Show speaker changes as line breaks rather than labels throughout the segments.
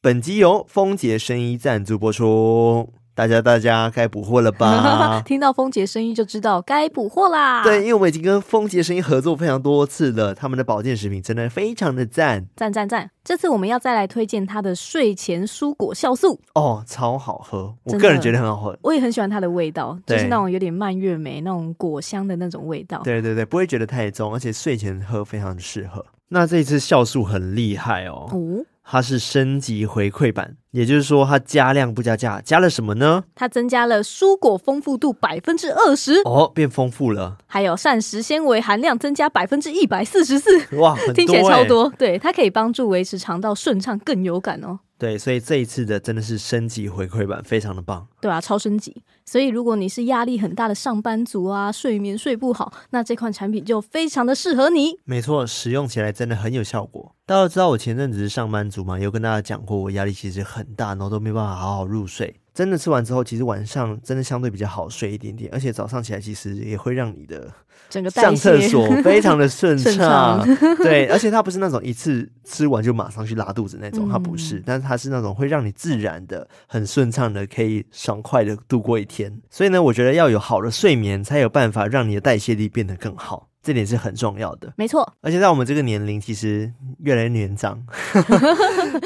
本集由丰杰生医赞助播出。大家大家该补货了吧？
听到丰杰声音就知道该补货啦。
对，因，为我们已经跟丰杰生医合作非常多次了，他们的保健食品真的非常的赞
赞赞赞！这次我们要再来推荐它的睡前蔬果酵素，
哦，超好喝，我
真的
个人觉得很好喝。
我也很喜欢它的味道，就是
对
那种有点蔓越莓那种果香的那种味道。
对对对，不会觉得太重，而且睡前喝非常适合。那这一次酵素很厉害哦，
哦，
它是升级回馈版，也就是说它加量不加价，加了什么呢？
它增加了蔬果丰富度百分之二十，
哦，变丰富了，
还有膳食纤维含量增加百分之一百四十四，
哇，很多、欸、
听起来超。多。对，它可以帮助维持肠道顺畅，更有感哦。
对，所以这一次的真的是升级回馈版，非常的棒。
对啊，超升级。所以如果你是压力很大的上班族啊，睡眠睡不好，那这款产品就非常的适合你。
没错，使用起来真的很有效果。大家都知道我前阵子是上班族嘛，有跟大家讲过，我压力其实很大，然后都没办法好好入睡。真的吃完之后，其实晚上真的相对比较好睡一点点，而且早上起来其实也会让你的
整个代
上
谢
厕所非常的顺
顺
畅
畅，
对，而且它不是那种一次吃完就马上去拉肚子那种，
嗯
它不是，但是它是那种会让你自然的、很顺畅的，可以爽快的度过一天。所以呢，我觉得要有好的睡眠，才有办法让你的代谢力变得更好，这点是很重要的。
没错，
而且在我们这个年龄，其实越来越年 长，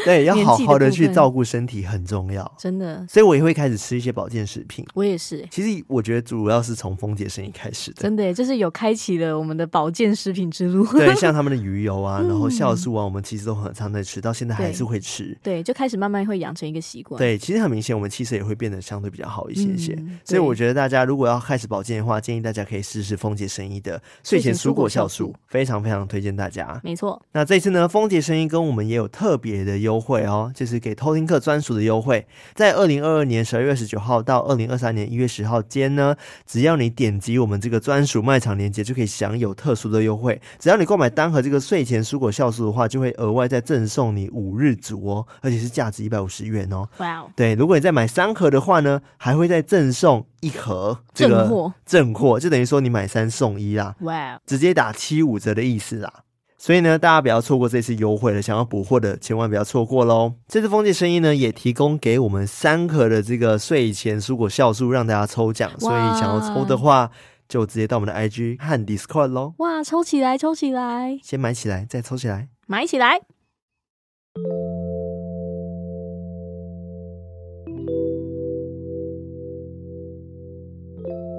对，要好好的
年纪
去
的部分
照顾身体很重要。
真的，
所以我也会开始吃一些保健食品。
我也是。
其实我觉得主要是从丰姐生意开始的，
真的耶，就是有开启了我们的保健食品之路。
对，像他们的鱼油啊，然后
嗯
酵素啊，我们其实都很常在吃，到现在还
对
是会吃。
对，就开始慢慢会养成一个习惯。
对，其实很明显，我们气色也会变得相对比较好一些些。
嗯
所以我
对
觉得大家如果要开始保健的话，建议大家可以试试丰杰生医的睡前蔬果酵
睡前蔬果酵
素
素，
非常非常推荐大家。
没错，
那这次呢，丰杰生意跟我们也有特别的优惠哦，就是给偷听客专属的优惠，在二零二二年十二月十九号到二零二三年一月十号间呢，只要你点击我们这个专属卖场链接，就可以享有特殊的优惠。只要你购买单盒这个睡前蔬果酵素的话，就会额外再赠送你五日组哦，而且是价值一百五十元哦。
哇哦，
对，如果你再买三盒的话呢，还会再赠送一盒这
正
个
货
正货，就等于说你买三送一啦。
哇哦，
直接打七五折的意思啦。所以呢，大家不要错过这次优惠了，想要补货的千万不要错过喽。这次风姐生意呢，也提供给我们三盒的这个睡前蔬果酵素让大家抽奖，所以想要抽的话，就直接到我们的 IG 和 Discord 喽，
哇，抽起来，抽起来，
先买起来，再抽起来。
买起来！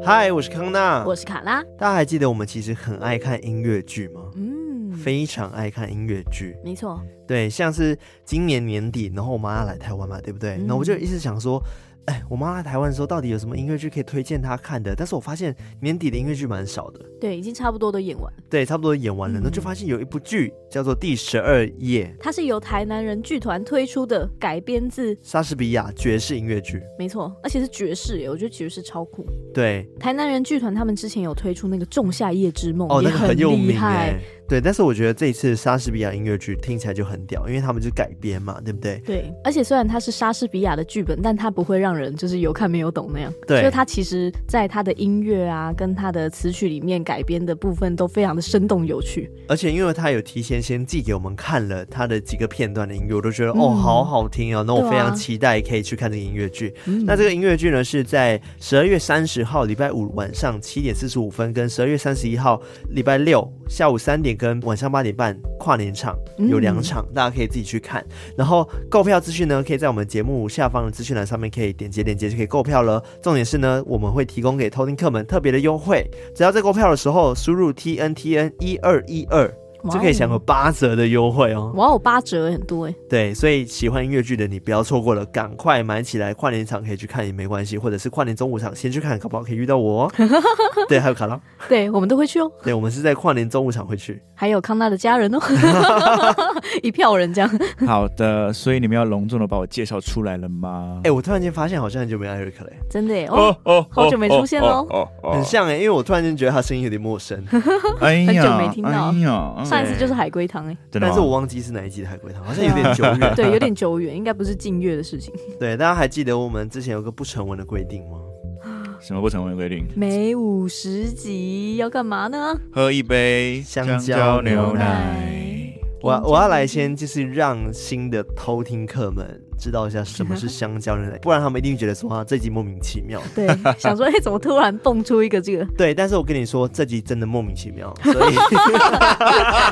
嗨，我是康娜，
我是卡拉，
大家还记得我们其实很爱看音乐剧吗？
嗯，
非常爱看音乐剧，
没错，
对，像是今年年底，然后我妈要来台湾嘛，对不对？
嗯
然后我就一直想说，哎，我妈来台湾的时候，到底有什么音乐剧可以推荐她看的？但是我发现年底的音乐剧蛮少的，
对，已经差不多都演完了。
对，差不多演完了，
嗯
然后就发现有一部剧叫做《第十二夜
它是由台南人剧团推出的，改编自》，
莎士比亚爵士音乐剧。
没错，而且是爵士耶，我觉得爵士超酷。
对，
台南人剧团他们之前有推出那个《仲夏夜之梦》，
哦，
也
那个很有
厉
名
害。
哎。对，但是我觉得这一次莎士比亚音乐剧听起来就很屌，因为他们就改编嘛，对不对？
对，而且虽然它是莎士比亚的剧本，但它不会让人就是有看没有懂那样。
对
所以它其实在它的音乐啊，跟它的词曲里面改编的部分都非常的生动有趣。
而且因为他有提前先寄给我们看了他的几个片段的音乐，我都觉得、哦，
嗯
好好听哦。那我
对啊
非常期待可以去看这个音乐剧。
嗯
那这个音乐剧呢是在十二月三十号礼拜五晚上七点四十五分，跟十二月三十一号礼拜六下午三点跟晚上八点半跨年场
嗯
有两场，大家可以自己去看。然后购票资讯呢，可以在我们节目下方的资讯栏上面可以点击链接就可以购票了。重点是呢，我们会提供给偷听客们特别的优惠，只要在购票的时候输入 T N T N 一二一二。
哇哦
就可以享有八折的优惠哦。
哇哦，八折很多哎，
对，所以喜欢音乐剧的你不要错过了，赶快买起来！跨年场可以去看也没关系，或者是跨年中午场先去看，搞不好可以遇到我、 哦。对，还有卡拉，
对我们都会去哦。
对我们是在跨年中午场会去。
还有康纳的家人 哦，一票人这样。
好的，所以你们要隆重的把我介绍出来了吗
哎、？我突然间发现好像很久没有艾瑞克嘞，
真的耶，哦，
哦
好久没出现喽
哦哦
欸很像哎、因为我突然间觉得他声音有点陌 生，
哎呀，
很久没听到
哎呀，
上一次就是海龟汤哎，
真的
但
吗
是我忘记是哪一集的海龟汤，好像有点久远。
对，有点久远，应该不是近月的事 情。
对，大家还记得我们之前有个不成文的规定吗？
什么不成文规定？
每五十集要干嘛呢？
喝一杯
香蕉牛
奶。
我要
香蕉
我要来先就是让新的偷听客们知道一下什么是香蕉 牛奶，不然他们一定觉得说啊这集莫名其妙。
对，想说哎、怎么突然蹦出一个这个？
对，但是我跟你说这集真的莫名其 妙，所以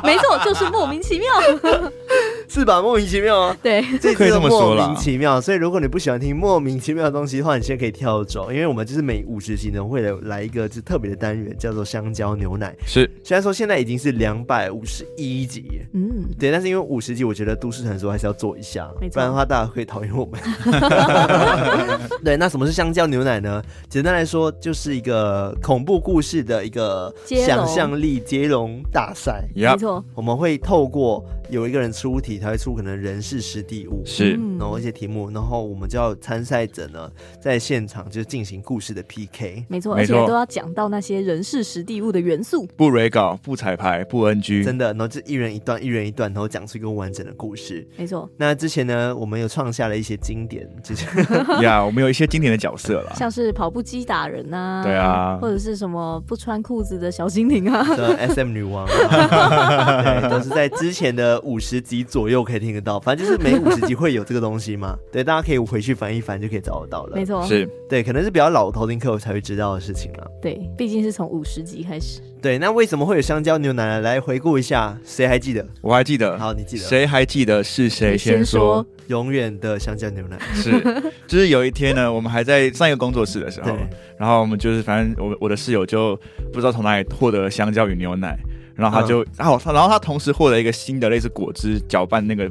没错，就是莫名其妙。
是吧？莫名其妙啊。
对，
这
可以
这
这么说
莫
啦
名其妙，所以如果你不喜欢听莫名其妙的东西的话，你现在可以跳走，因为我们就是每五十集呢会来一个就是特别的单元，叫做香蕉牛奶。
是
虽然说现在已经是两百五十一集，
嗯，
对，但是因为五十集，我觉得都市传说还是要做一下，
没错
不然的话大家会讨厌我 们。 对，那什么是香蕉牛奶呢？简单来说，就是一个恐怖故事的一个
接
想
龙
象力接龙大赛。
没
呀，
错，
我们会透过有一个人出题，他会出可能人事实地物，
是
嗯
然后一些题目，然后我们就要参赛者呢在现场就进行故事的 PK。
没错，
没
而且
错
都要讲到那些人事实地物的元素。
不蕊稿，不彩排，不 NG，
真的，然后就一人一段，一人一段，然后讲出一个完整的故事。
没错，
那之前呢，我们有创下了一些经典，就是
呀，我们有一些经典的角色啦。
像是跑步机打人啊，
啊对啊
或者是什么不穿裤子的小精灵啊，
的 SM 女王、 啊，对，都是在之前的五十集左右可以听得到。反正就是每五十集会有这个东西嘛，对，大家可以回去翻一翻就可以找得到了
没。错，
是
对，可能是比较老头听客才会知道的事情了。
对，毕竟是从五十集开始。
对，那为什么会有香蕉牛奶呢？来回顾一下，谁还记得？
我还记得，
好，你记得？
谁还记得是谁先说？
永远的香蕉牛奶。
是，就是有一天呢，我们还在上一个工作室的时候
对，
然后我们就是反正我我的室友就不知道从哪里获得了香蕉与牛奶，然后他就，然后他然后他同时获得一个新的类似果汁搅拌那个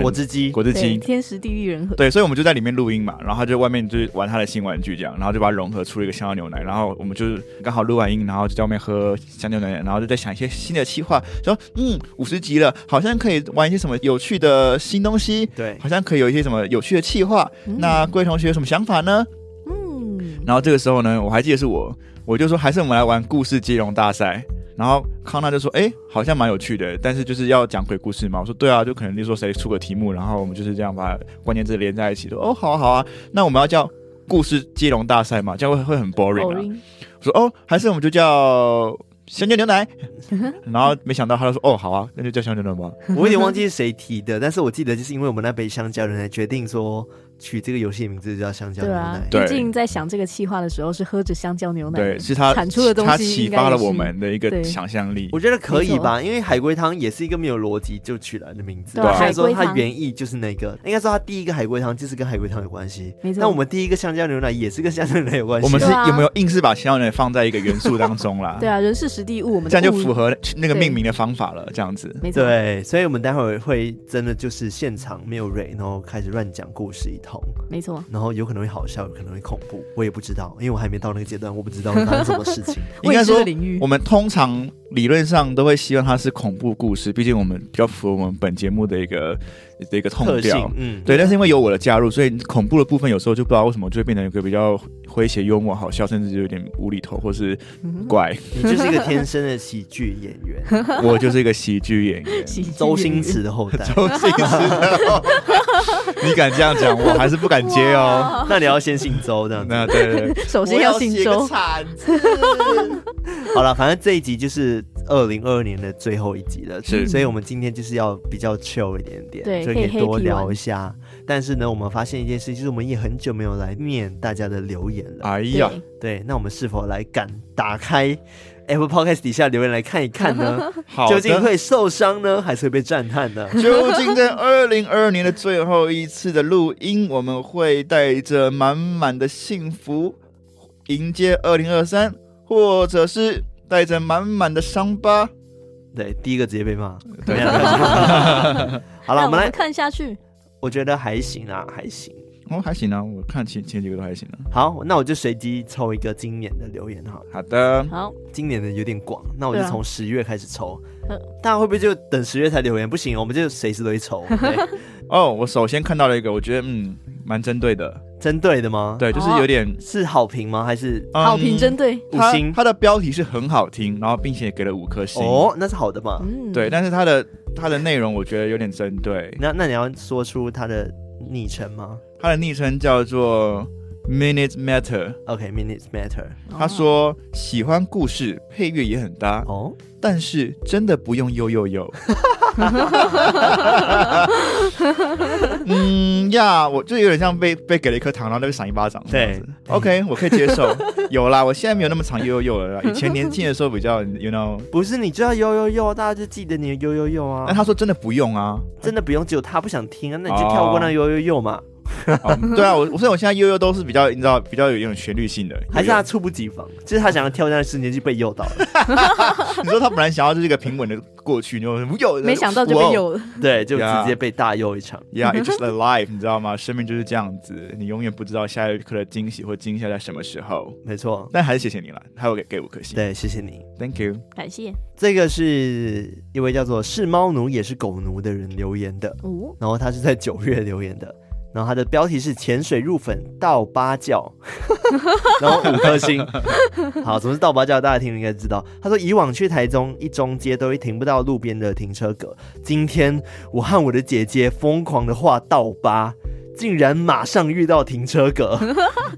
果汁机，
果汁
对，
机。
天时地利人和。
对，所以我们就在里面录音嘛，然后他就外面就是玩他的新玩具这样，然后就把它融合出了一个香蕉牛奶，然后我们就是刚好录完音，然后就在外面喝香蕉牛奶，然后就在想一些新的企划，说嗯五十集了，好像可以玩一些什么有趣的新东西，
对，
好像可以有一些什么有趣的企划。
嗯
那各位同学有什么想法呢？
嗯，
然后这个时候呢，我还记得是我，我就说还是我们来玩故事接龙大赛。然后康纳就说：“哎，好像蛮有趣的，但是就是要讲鬼故事嘛。”我说：“对啊，就可能就说谁出个题目，然后我们就是这样把关键字连在一起。说哦，好啊，好啊，那我们要叫故事接龙大赛嘛，这样会会很 boring 啊。
Orange
我说哦，还是我们就叫香蕉 牛奶。然后没想到他就说：哦，好啊，那就叫香蕉牛奶吧。
我有点忘记是谁提的，但是我记得就是因为我们那杯香蕉牛奶决定说取这个游戏的名字就叫香蕉
对
牛
啊
奶，。
对
毕竟在想这个企划的时候是喝着香蕉牛奶。
对，是他
产出的东西
他启发了我们的一
应该
个
也是对
想象力。
我觉得可以吧，因为海龟汤也是一个没有逻辑就取来的名字。
对
啊
虽然说
海龟
它
汤
原意就是那个，应该说它第一个海龟汤就是跟海龟汤有关系。
没错
那我们第一个香蕉牛奶也是跟香蕉牛奶有关系。
我们是
对啊
有没有硬是把香蕉奶放在一个元素当中 啦？
对啊，人事实地物，我们
这样就
物
符合那个
对
命名的方法了。这样子，
没错。
对，所以我们待会儿会真的就是现场没有蕊，然后开始乱讲故事一通，
没错，
然后有可能会好笑，有可能会恐怖，我也不知道，因为我还没到那个阶段，我不知道会发生什么事 情。
应该说
未知的领域
我们通常理论上都会希望它是恐怖故事，毕竟我们比较符合我们本节目的一个的一个痛
特
调
性，。嗯，
对，但是因为有我的加入，所以恐怖的部分有时候就不知道为什么就会变成一个比较诙谐、幽默、好笑，甚至就有点无厘头或是
嗯
怪。
你就是一个天生的喜剧演员，
我就是一个喜剧演员，
喜剧
周
演
星
员
驰的后代。
周星驰的哦。你敢这样讲，我还是不敢接哦。
那你要先姓周这样子。
那对对对，
首先要姓周，
惨
好了，反正这一集就是二零二二年的最后一集了，
是
所以我们今天就是要比较 chill 一点点，
对
所以可
可
以
以
多
happy
聊一下。但是呢，我们发现一件事，就是我们也很久没有来念大家的留言了。
哎呀，
对，
对，那我们是否来敢打开 Apple Podcast 底下留言来看一看 呢？
好
究
的
竟会受伤呢，还是会被赞叹 呢？
究竟在二零二二年的最后一次的录音，我们会带着满满的幸福迎接二零二三，或者是带着满满的伤疤。
对，第一个直接被骂。
对
没有 好了，
那
我们来，
看下去。
我觉得还行啊，还行。
哦，还行啊，我看前前几个都还行啊。
好，那我就随机抽一个今年的留言哈。
好的，
好，
今年的有点广，那我就
对啊
从十月开始抽。
嗯
大家会不会就等十月才留言？不行，我们就随时都会抽。 对
哦，我首先看到了一个，我觉得嗯，蛮针对的，
针对的吗？，
对，就是有点、
是好评吗？还是
嗯
好评针对，
五星
它它的标题是很好听，然后并且给了五颗星。
哦，那是好的嘛？
嗯，
对，但是它的它的内容我觉得有点针对，
那那你要说出他的昵称吗
它的昵称叫做 Minute Matter。
？OK，minutes、matter。
哦
他说喜欢故事，配乐也很搭，
哦，
但是真的不用呦呦呦，嗯呀，我就有点像被被给了一颗糖，然后被赏一巴掌。这样子，OK，我可以接受。 有啦，我现在没有那么常悠悠悠了啦，以前年轻的时候比较，you know。
不是你就要呦呦呦，大家就记得你的呦呦呦
但
啊，
哎他说真的不 用啊，
真的不用，只有他不想听啊，那你就跳过那呦呦呦嘛，
哦对啊，我所以我现在悠悠都是比较你知道比较有一种旋律性的，
还是他
悠
猝不及防，就是他想要跳那瞬间就被诱到了，
悠你说他本来想要就是一个平稳的过去，你说有，
没想到就
哦
被有了。
对， 就直
Yeah
接被大诱一场。
，Yeah，it's just a life，你知道吗？生命就是这样子，你永远不知道下一刻的惊喜或惊吓在什么时候。
没错，
但还是谢谢你了，还有给给五颗星
对，谢谢你。
，Thank you。
感谢
这个是一位叫做“是猫奴也是狗奴”的人留言的，
哦，
然后他是在九月留言的，然后他的标题是“潜水入粉倒八教”，然后五颗星。 好，什么是倒八教？大家听了应该知道。他说以往去台中一中街都会停不到路边的停车格，今天我和我的姐姐疯狂的画倒八。竟然马上遇到停车 格，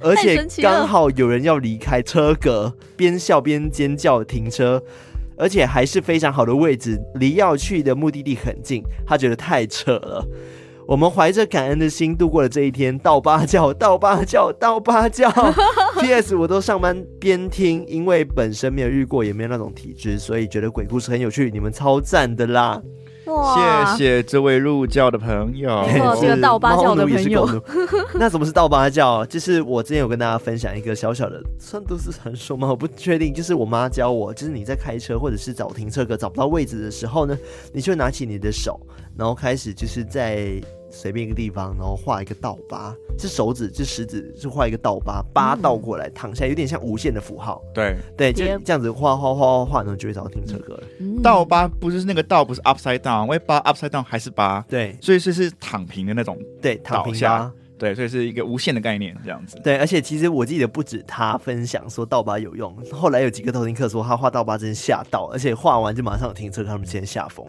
而且
神奇了
刚好有人要离开车格，边笑边尖叫停车，而且还是非常好的位置，离要去的目的地很近。他觉得太扯了。我们怀着感恩的心度过了这一天，到八教，到八教，到八教。P.S. 我都上班边听，因为本身没有遇过，也没有那种体质，所以觉得鬼故事很有趣。你们超赞的啦！
哇，
谢谢这位入教的朋友。
没错哦这个盗八教的朋友
哎 是猫奴也是狗奴那什么是盗八教？就是我之前有跟大家分享一个小小的，算都市传说吗？我不确定。就是我妈教我，就是你在开车或者是找停车格找不到位置的时候呢，你就拿起你的手，然后开始就是在随便一个地方，然后画一个倒八，是手指，就食指，就画一个倒八，八倒过来躺下，有点像无限的符号。
对，
对，就
叠
这样子画画画画画，然后就会找到停车格了。
嗯
倒八不是那个倒，不是 upside down，因为八 upside down 还是八，
对
所以是是躺平的那种。
对，躺
倒
平
下
吧。
对，所以是一个无限的概念这样子。
对，而且其实我记得不止他分享说倒拔有用，后来有几个偷听客说他画倒拔真吓到，而且画完就马上有停车，他们先吓疯。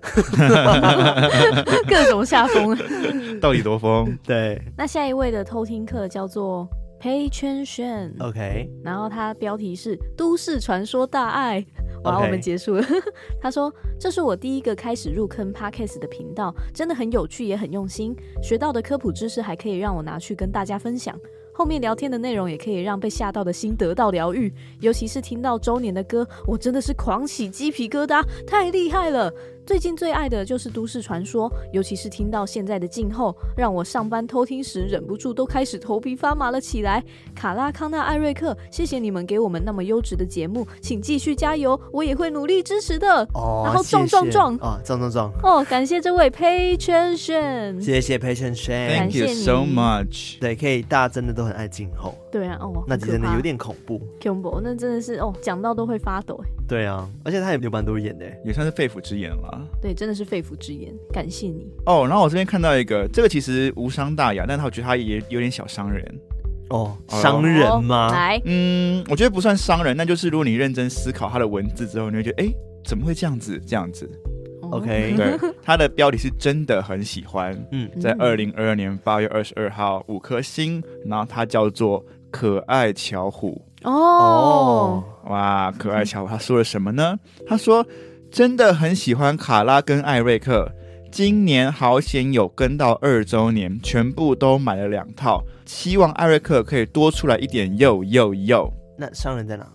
各种下风。 嗯
到底多 疯？
对
那下一位的偷听客叫做裴圈炫，
，OK，
然后他标题是《都市传说大爱》。哇
OK
我们结束了。 他说：“这是我第一个开始入坑 Podcast 的频道，真的很有趣，也很用心。学到的科普知识还可以让我拿去跟大家分享。后面聊天的内容也可以让被吓到的心得到疗愈，尤其是听到周年的歌，我真的是狂起鸡皮疙瘩，太厉害了！最近最爱的就是都市传说，尤其是听到现在的静候，让我上班偷听时忍不住都开始头皮发麻了起来。卡拉康纳艾瑞克，谢谢你们给我们那么优质的节目，请继续加油，我也会努力支持的。
哦，
然后
谢谢
撞撞撞
啊，撞撞撞，
哦，感谢这位 Patient，
谢谢 Patient Shane。
感
Thank
谢
you
你
so much。
对，可以，大家真的都很爱静候，
对啊，哦，
那集真的有点恐怖。
combo，那真的是哦，讲到都会发抖哎，
对啊，而且他也有蛮多演的，欸
也算是肺腑之言了
对，真的是肺腑之言，感谢你
哦。然后我这边看到一个，这个其实无伤大雅，但是我觉得他也有点小伤人。
哦，
哦
商人
哦
吗？
来，
嗯，我觉得不算伤人，但就是如果你认真思考他的文字之后，你会觉得，哎，怎么会这样子？这样子。
哦
OK
对，他的标题是真的很喜欢。
嗯，
在
嗯
二零二二年八月二十二号五颗星，然后它叫做“可爱巧虎
哦，”。
哇，可爱巧虎，他说了什么呢？他说真的很喜欢卡拉跟艾瑞克，今年好险有跟到二周年，全部都买了两套，希望艾瑞克可以多出来一点又又又。
那商人在哪？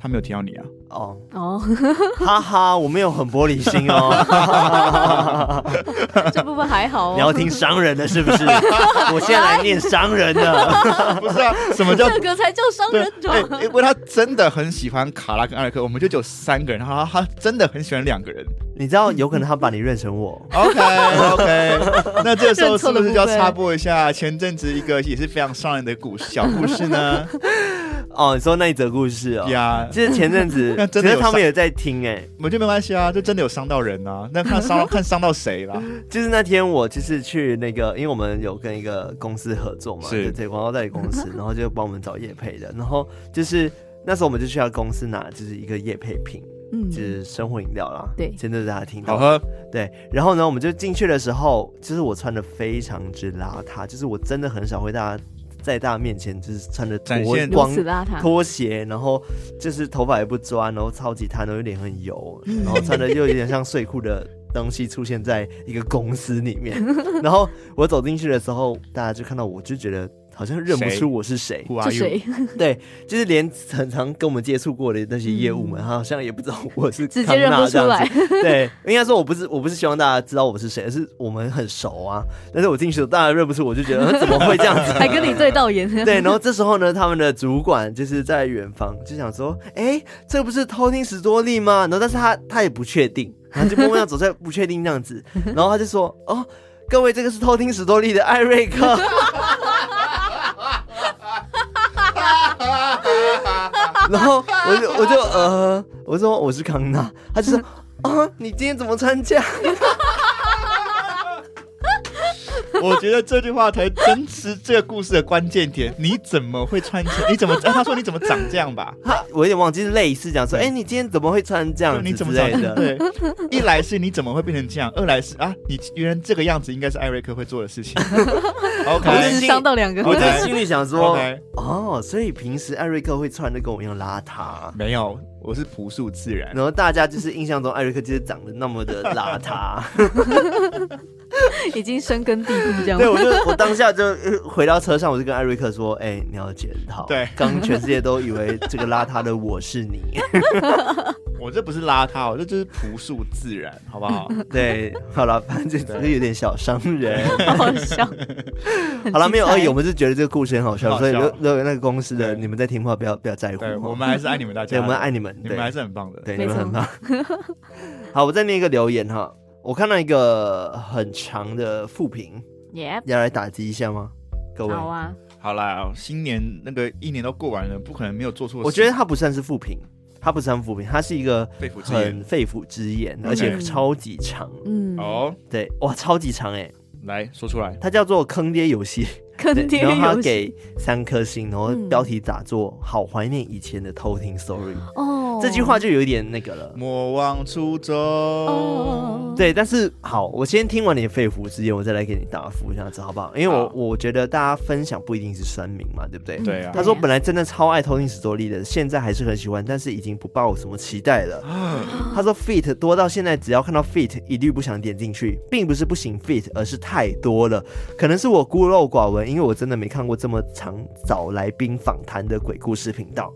他没有提到你啊，
哦，
哦，
哈哈，我没有很玻璃心 哦。
这部分 还好
你要
哦，
听商人的是 不是？我现在来念商人的。
不是啊，什么叫
这个才叫伤
对
人，
哎、
种。
因为他真的很喜欢卡拉跟艾瑞克，我们就只有三个人，然后他他真的很喜欢两个人，。
你知道，有可能他把你认成我
OK OK，那这时候
认
是
错
不
的
是就要
部分
插播一下前阵子一个也是非常伤人的故事小故事 呢？
哦，你说那一则故事哦，
呀，
就是前阵 子
那，真
其
的有
实他们也在听哎、
我觉得没关系啊，就真的有伤到人啊，那看 伤看伤到谁啦。
就是那天我就是去那个，因为我们有跟一个公司合作嘛，
是
就对广告代理公 司，然后就帮我们找叶配的，然后就是那时候我们就去他公司拿，就是一个叶配品，
嗯
就是生活饮料啦，
对
真的是他听到
好喝，
对，然后呢，我们就进去的时候，就是我穿的非常之邋遢，就是我真的很少会大家在大家面前就是穿的
展
脱
现
如
光
此邋遢，
拖鞋，然后 就是头发也不抓，然后超级烫，然后有点很油，然后穿的又有点像睡裤的东西出现在一个公司里 面，然后我走进去的时候，大家就看到我，就觉得好像认不
谁
出我是谁，
Who
是
are you？
谁？
对，就是连很常跟我们接触过的那些业务们，他好像也不知道我是
嗯直接
康纳
认不出
这样子
来
对，应该说我不是我不是希望大家知道我是谁，而是我们很熟啊。但是我进去的时候大家认不出，我就觉得呃怎么会这样子？
还跟你对到 眼，
对，然后这时候呢，他们的主管就是在远方就想说，哎，这不是偷听史多利吗？然后但是他他也不确定，然后就默默地走在不确定这样 子，然后他就说，哦，各位这个是偷听史多利的艾瑞克。 然后我就我就呃，我说我是康纳，他
嗯
就说啊，你今天怎么参加？
我觉得这句话才真是这个故事的关键点。你怎么会穿成？你怎么？哎他说你怎么长这样吧？
他我有点忘记是类似讲说，哎、你今天怎么会穿这样
你
子
怎
之
么长
类的？
对，一来是你怎么会变成这样，二来是啊，你原来这个样子应该是艾瑞克会做的 事情。
我
真
就是是
OK，
伤到两个。
我在心里想说
OK
哦，所以平时艾瑞克会穿的跟我一样邋遢，
没有，我是朴素自然。
然后大家就是印象中艾瑞克就是长得那么的邋 遢。
已经深根蒂固这样。
对，我就我当下就呃回到车上，我就跟艾瑞克说：“哎、你要检讨，
对
刚全世界都以为这个邋遢的我是 你。
我这不是邋遢，我这就是朴素自然，好不 好？”
对，好了，反正就只是有点小伤人。
好好笑。很
好了，没有
精
而
彩
已，我们是觉得这个故事很好笑，
很好
所以
笑
如如果那个公司的
对
你们在听的话，不要不要在乎
对，
哦。
我们还是爱你们大家
对，
的，
我们爱你们，
你
对
们还是很棒的。
对，
没
你们
错
很棒。好，我再念一个留言哈，我看到一个很长的复评，
Yep，
要来打击一下吗？各位，
好啊，
好啦，新年那个一年都过完了，不可能没有做错事。
我觉得它不算是复评，它不算复评，它是一个
肺腑之言
很肺腑之言，而且超级长。
嗯，
哦，
对，哇，超级长哎，
来说出来。
它叫做《坑爹游戏》对，
坑爹
然后它
游戏
给三颗星，然后
嗯
标题打作“好怀念以前的偷听 story”，
哦，
这句话就有一点那个了。
莫忘初衷。
哦，
对，但是好，我先听完你的肺腑之言，我再来给你答复一下子，好不好？因为我
好
我觉得大家分享不一定是酸民嘛，对不对？
对啊
他说本来真的超爱偷听史多利的，现在还是很喜欢，但是已经不抱什么期待了。
啊
他说 fit 多到现在，只要看到 fit 一律不想点进去，并不是不行 fit，而是太多了。可能是我孤陋寡闻，因为我真的没看过这么长找来宾访谈的鬼故事频道。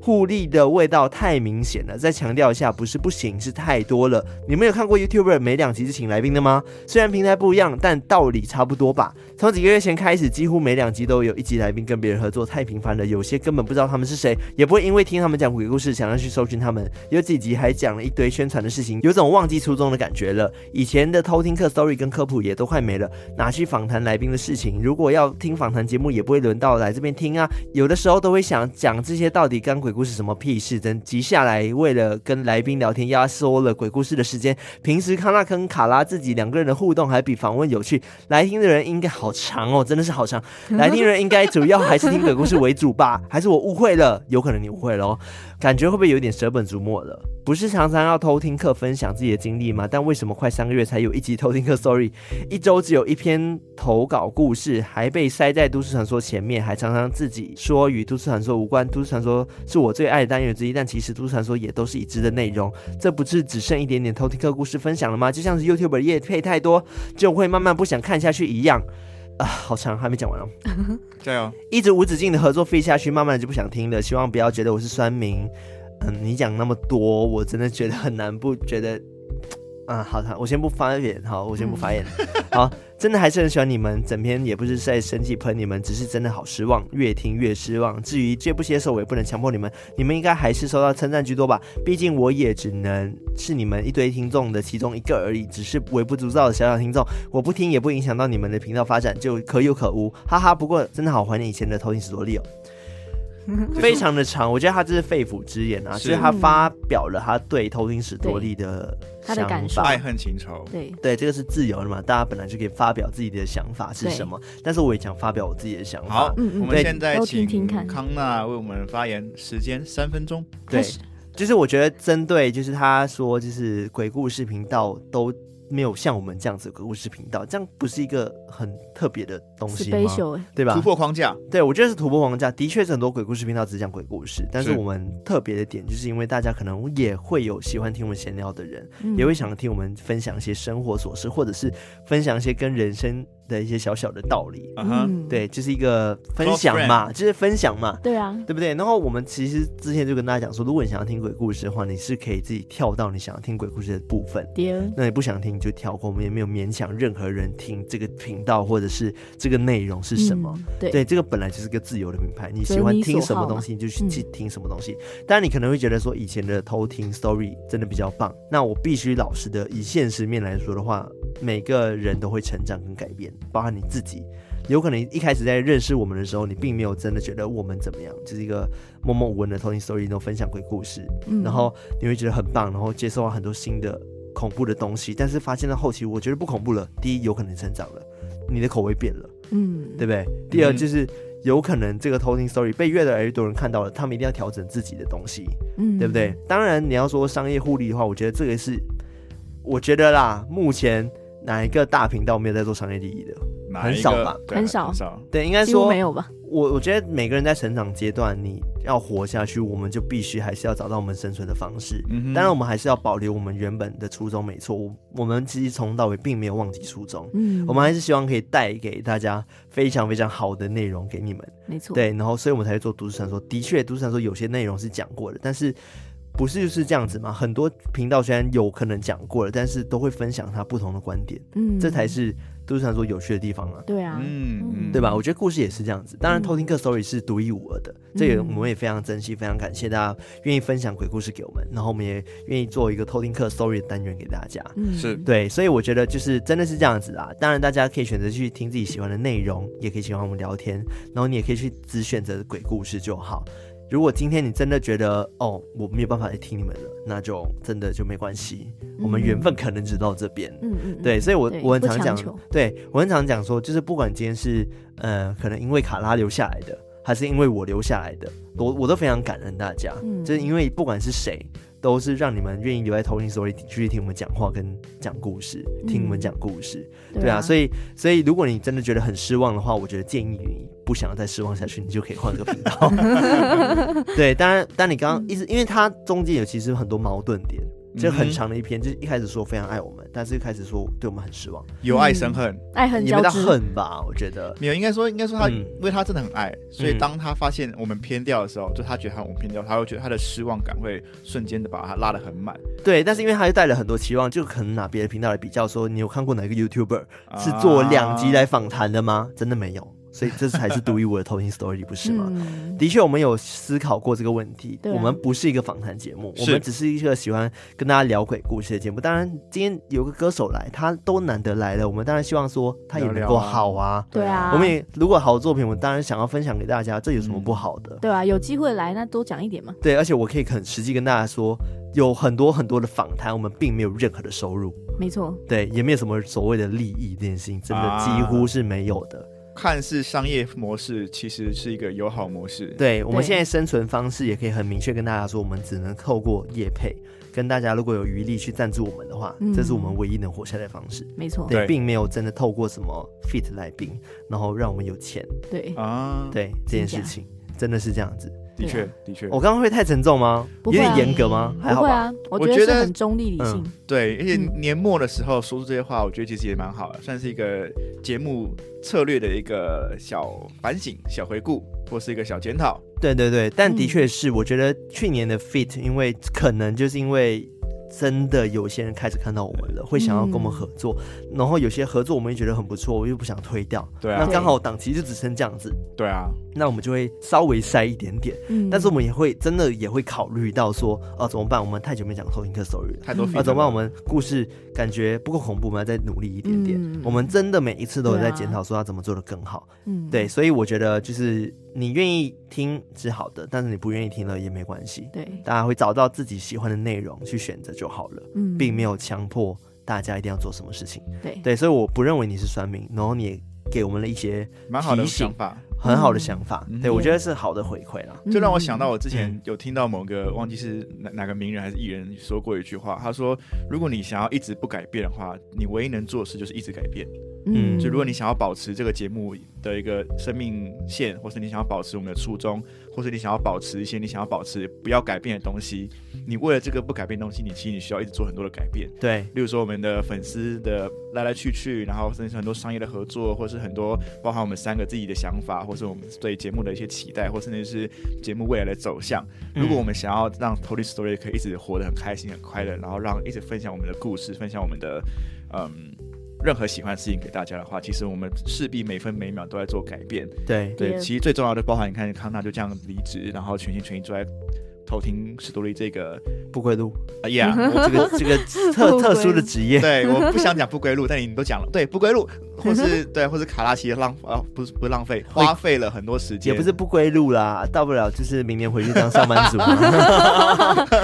互利的味道太明显了，再强调一下，不是不行，是太多了。你们有看过 YouTuber 每两集是请来宾的吗？虽然平台不一样，但道理差不多吧。从几个月前开始，几乎每两集都有一集来宾跟别人合作，太频繁了，有些根本不知道他们是谁，也不会因为听他们讲鬼故事想要去搜寻他们。有几集还讲了一堆宣传的事情，有种忘记初衷的感觉了。以前的偷听课 story 跟科普也都快没了，哪去访谈来宾的事情？如果要听访谈节目，也不会轮到来这边听啊。有的时候都会想，讲这些到底干鬼故事什么屁事？等集下来，为了跟来宾聊天，压缩了鬼故事的时间。平时康纳跟卡拉自己两个人的互动还比访问有趣，来听的人应该好长哦，真的是好长。来听的人应该主要还是听鬼故事为主吧？还是我误会了？有可能你误会了哦。感觉会不会有点舍本逐末了？不是常常要偷听课分享自己的经历吗？但为什么快三个月才有一集偷听课？Sorry，一周只有一篇投稿故事，还被塞在都市传说前面，还常常自己说与都市传说无关。都市传说是我最爱的单元之一，但其实都市传说也都是已知的内容。这不是只剩一点点偷听课故事分享了吗？就像是 YouTube 业配太多，就会慢慢不想看下去一样。啊，好长，还没讲完哦。
加油！
一直无止境的合作费下去，慢慢的就不想听了。希望不要觉得我是酸民。嗯，你讲那么多，我真的觉得很难不觉得。啊，好的，我先不发言，好，我先不发言。好，真的还是很喜欢你们，整篇也不是在生气喷你们，只是真的好失望，越听越失望。至于接不接受，我也不能强迫你们，你们应该还是收到称赞居多吧，毕竟我也只能是你们一堆听众的其中一个而已，只是微不足道的小小听众。我不听也不影响到你们的频道发展，就可有可无，哈哈。不过真的好怀念以前的偷听史多利哦，非常的长，我觉得他这是肺腑之言啊，
是
就是他发表了他对偷听史多利的
他的
想
感受
法
爱。恨情仇，
对，
对，这个是自由的嘛，大家本来就可以发表自己的想法是什么，但是我也想发表我自己的想
好
法，。
嗯嗯
我们现在
都听听
请
看
康纳为我们发言，时间三分钟。
对
开始，
就是我觉得针对就是他说就是鬼故事频道都没有像我们这样子有个故事频道，这样不是一个很特别的东西吗？
special 哎，
对吧
突？破框架，
对，我觉得是突破框架。的确，是很多鬼故事频道只讲鬼故事，但是
是
我们特别的点，就是因为大家可能也会有喜欢听我们闲聊的人，
嗯
也会想听我们分享一些生活琐事，或者是分享一些跟人生的一些小小的道理。
嗯哼，
嗯
啊对，就是一个分享嘛，就是分享嘛，
对啊，
对不对？然后我们其实之前就跟大家讲说，如果你想要听鬼故事的话，你是可以自己跳到你想要听鬼故事的部分。
爹，
那你不想听你就跳过，我们也没有勉强任何人听这个频道或者是这个内容是什么。
嗯？对，
对，这个本来就是个自由的品牌，你
择
喜欢
你
听
所
什么
好
东
嘛
西你就去
嗯
去听什么东西。当然，你可能会觉得说以前的偷听 story 真的比较棒。那我必须老实的，以现实面来说的话，每个人都会成长跟改变，包含你自己。有可能一开始在认识我们的时候，你并没有真的觉得我们怎么样，就是一个默默无闻的偷听 story，然后分享鬼故事，
嗯
然后你会觉得很棒，然后接受到很多新的恐怖的东西。但是发现到后期，我觉得不恐怖了。第一，有可能成长了，你的口味变了。
嗯，
对不对？第二
嗯
就是有可能这个偷听 story 被越来越多人看到了，他们一定要调整自己的东西，
嗯，
对不对？当然你要说商业互利的话，我觉得这个是，我觉得啦，目前哪一个大频道没有在做商业利益的？
哪
很
一
少
个
吧
对啊
很
很
少
少，
对，应该
几乎
说
没有吧？
我我觉得每个人在成长阶段，你要活下去，我们就必须还是要找到我们生存的方式。
嗯哼
当然，我们还是要保留我们原本的初衷，没错。我我们其实从头到尾并没有忘记初衷，
嗯，
我们还是希望可以带给大家非常非常好的内容给你们。
没错，，
对，然后所以我们才会做都市传说。的确，都市传说有些内容是讲过的，但是不是就是这样子嘛？很多频道虽然有可能讲过了，但是都会分享它不同的观点，
嗯，
这才是都市传说有趣的地方啊。
对啊，
嗯
嗯
对吧？我觉得故事也是这样子，当然
嗯
偷听客 story 是独一无二的，这也我
嗯
们也非常珍惜，非常感谢大家愿意分享鬼故事给我们，然后我们也愿意做一个偷听客 story 的单元给大家。
嗯，
是
对，所以我觉得就是真的是这样子啦。当然，大家可以选择去听自己喜欢的内容，也可以喜欢我们聊天，然后你也可以去只选择鬼故事就好。如果今天你真的觉得哦，我没有办法来听你们了，那就真的就没关系，我们缘分可能只到这边。
嗯嗯，嗯嗯，
对，所以我
对
我很
不
常
强
讲
求，
对我很常讲说，就是不管今天是呃，可能因为卡拉留下来的，还是因为我留下来的，我我都非常感恩大家，
嗯
就是因为不管是谁，都是让你们愿意留在投影 story 继续听我们讲话跟讲故事，听我们
嗯
讲故事，
对
对啊，所
以
以所以如果你真的觉得很失望的话，我觉得建议你不想要再失望下去，你就可以换个频道。对，当然，但你刚刚一直，因为它中间有其实很多矛盾点。就很
嗯哼
长的一篇，就是一开始说非常爱我们，但是又开始说对我们很失望，
有爱生恨，
爱恨
也
交
没到
织，
恨吧？我觉得，
没有，应该说，应该说他，
嗯
因为他真的很爱，所以
嗯
当他发现我们偏掉的时候，就他觉得他我们偏掉，他会觉得他的失望感会瞬间的把他拉得很满，
对，但是因为他又带了很多期望，就可能拿别的频道来比较，说你有看过哪个 YouTuber
啊
是做两集来访谈的吗？真的没有，所以这才是独一无二的偷听 story，不是吗？
嗯
的确，我们有思考过这个问题。
对啊
我们不是一个访谈节目，
是
我们只是一个喜欢跟大家聊鬼故事的节目。当然，今天有个歌手来，他都难得来了，我们当然希望说他也能
聊
够
聊啊
好啊。
对啊，
我们也如果好的作品，我们当然想要分享给大家，这有什
嗯
么不好的？
对啊，有机会来那多讲一点嘛，
对，而且我可以很实际跟大家说，有很多很多的访谈，我们并没有任何的收入，
没错，
对，也没有什么所谓的利益这件事情，真的
啊
几乎是没有的。
看似商业模式，其实是一个友好模式。
对我们
对
现在生存方式也可以很明确跟大家说，我们只能透过业配。跟大家如果有余力去赞助我们的话，
嗯
这是我们唯一能活下来的方式。
没错，
对，
对
并没有真的透过什么 fit 来宾，然后让我们有钱。
对，
啊，
对这件
真
事
假
情，真的是这样子。
的确
对啊，
的确，
我刚刚会太沉重吗？
不
有
会啊
点严格吗？还
不
好
会
吧。
啊，我
我
觉
觉
是
得
很中立理性，
对，而且
嗯
年末的时候说出这些话，我觉得其实也蛮好的，算是一个节目策略的一个小反省、小回顾，或是一个小检讨。
对对对，但的
嗯
确是，我觉得去年的 fit，因为可能就是因为真的有些人开始看到我们了，会想要跟
嗯
我们合作，然后有些合作我们也觉得很不错，我又不想推掉，
对
那
啊，
刚好档期就只剩这样子，
对啊，
那我们就会稍微塞一点点，
嗯，
但是我们也会真的也会考虑到说，啊怎么办？我们太久没讲偷听客 story 了。
太多
嗯
feedback 了。
啊，怎么办？我们故事感觉不够恐怖，我们要再努力一点点。
嗯
我们真的每一次都有
对
在
啊
检讨，说要怎么做得更好。
嗯
对，所以我觉得就是你愿意听是好的，但是你不愿意听了也没关系，
对，
大家会找到自己喜欢的内容去选择就好了，
嗯，
并没有强迫大家一定要做什么事情。
对
对，所以我不认为你是酸民，然后你也给我们了一些
蛮好的
提醒
想法，
很好的想法。
嗯
对我
嗯
觉得是好的回馈啦。
这让我想到我之前
嗯
有听到某个忘记是哪哪个名人还是艺人说过一句话，他说：“如果你想要一直不改变的话，你唯一能做的事就是一直改变。
嗯
就如果你想要保持这个节目的一个生命线，或是你想要保持我们的初衷，或是你想要保持一些你想要保持不要改变的东西，你为了这个不改变的东西，你其实你需要一直做很多的改变。
对，
例如说我们的粉丝的来来去去，然后甚至是很多商业的合作，或是很多包含我们三个自己的想法，或是我们对节目的一些期待，或甚至是节目未来的走向。
嗯
如果我们想要让 Totally Story 可以一直活得很开心、很快乐，然后让一直分享我们的故事，分享我们的嗯。任何喜欢的事情给大家的话，其实我们势必每分每秒都在做改变。
对，
对
Yeah
其实最重要的包含，你看康纳就这样离职，然后全心全意坐在偷听史多利这个，
不归路，
哎呀，
这个这 个
不
特
归
特殊的职业，
对，我不想讲不归路，但你们都讲了，对，不归路，或是对，或是卡拉奇浪啊，不是不是浪费，花费了很多时间，
也不是不归路啦，大不了就是明年回去当上班族 嘛。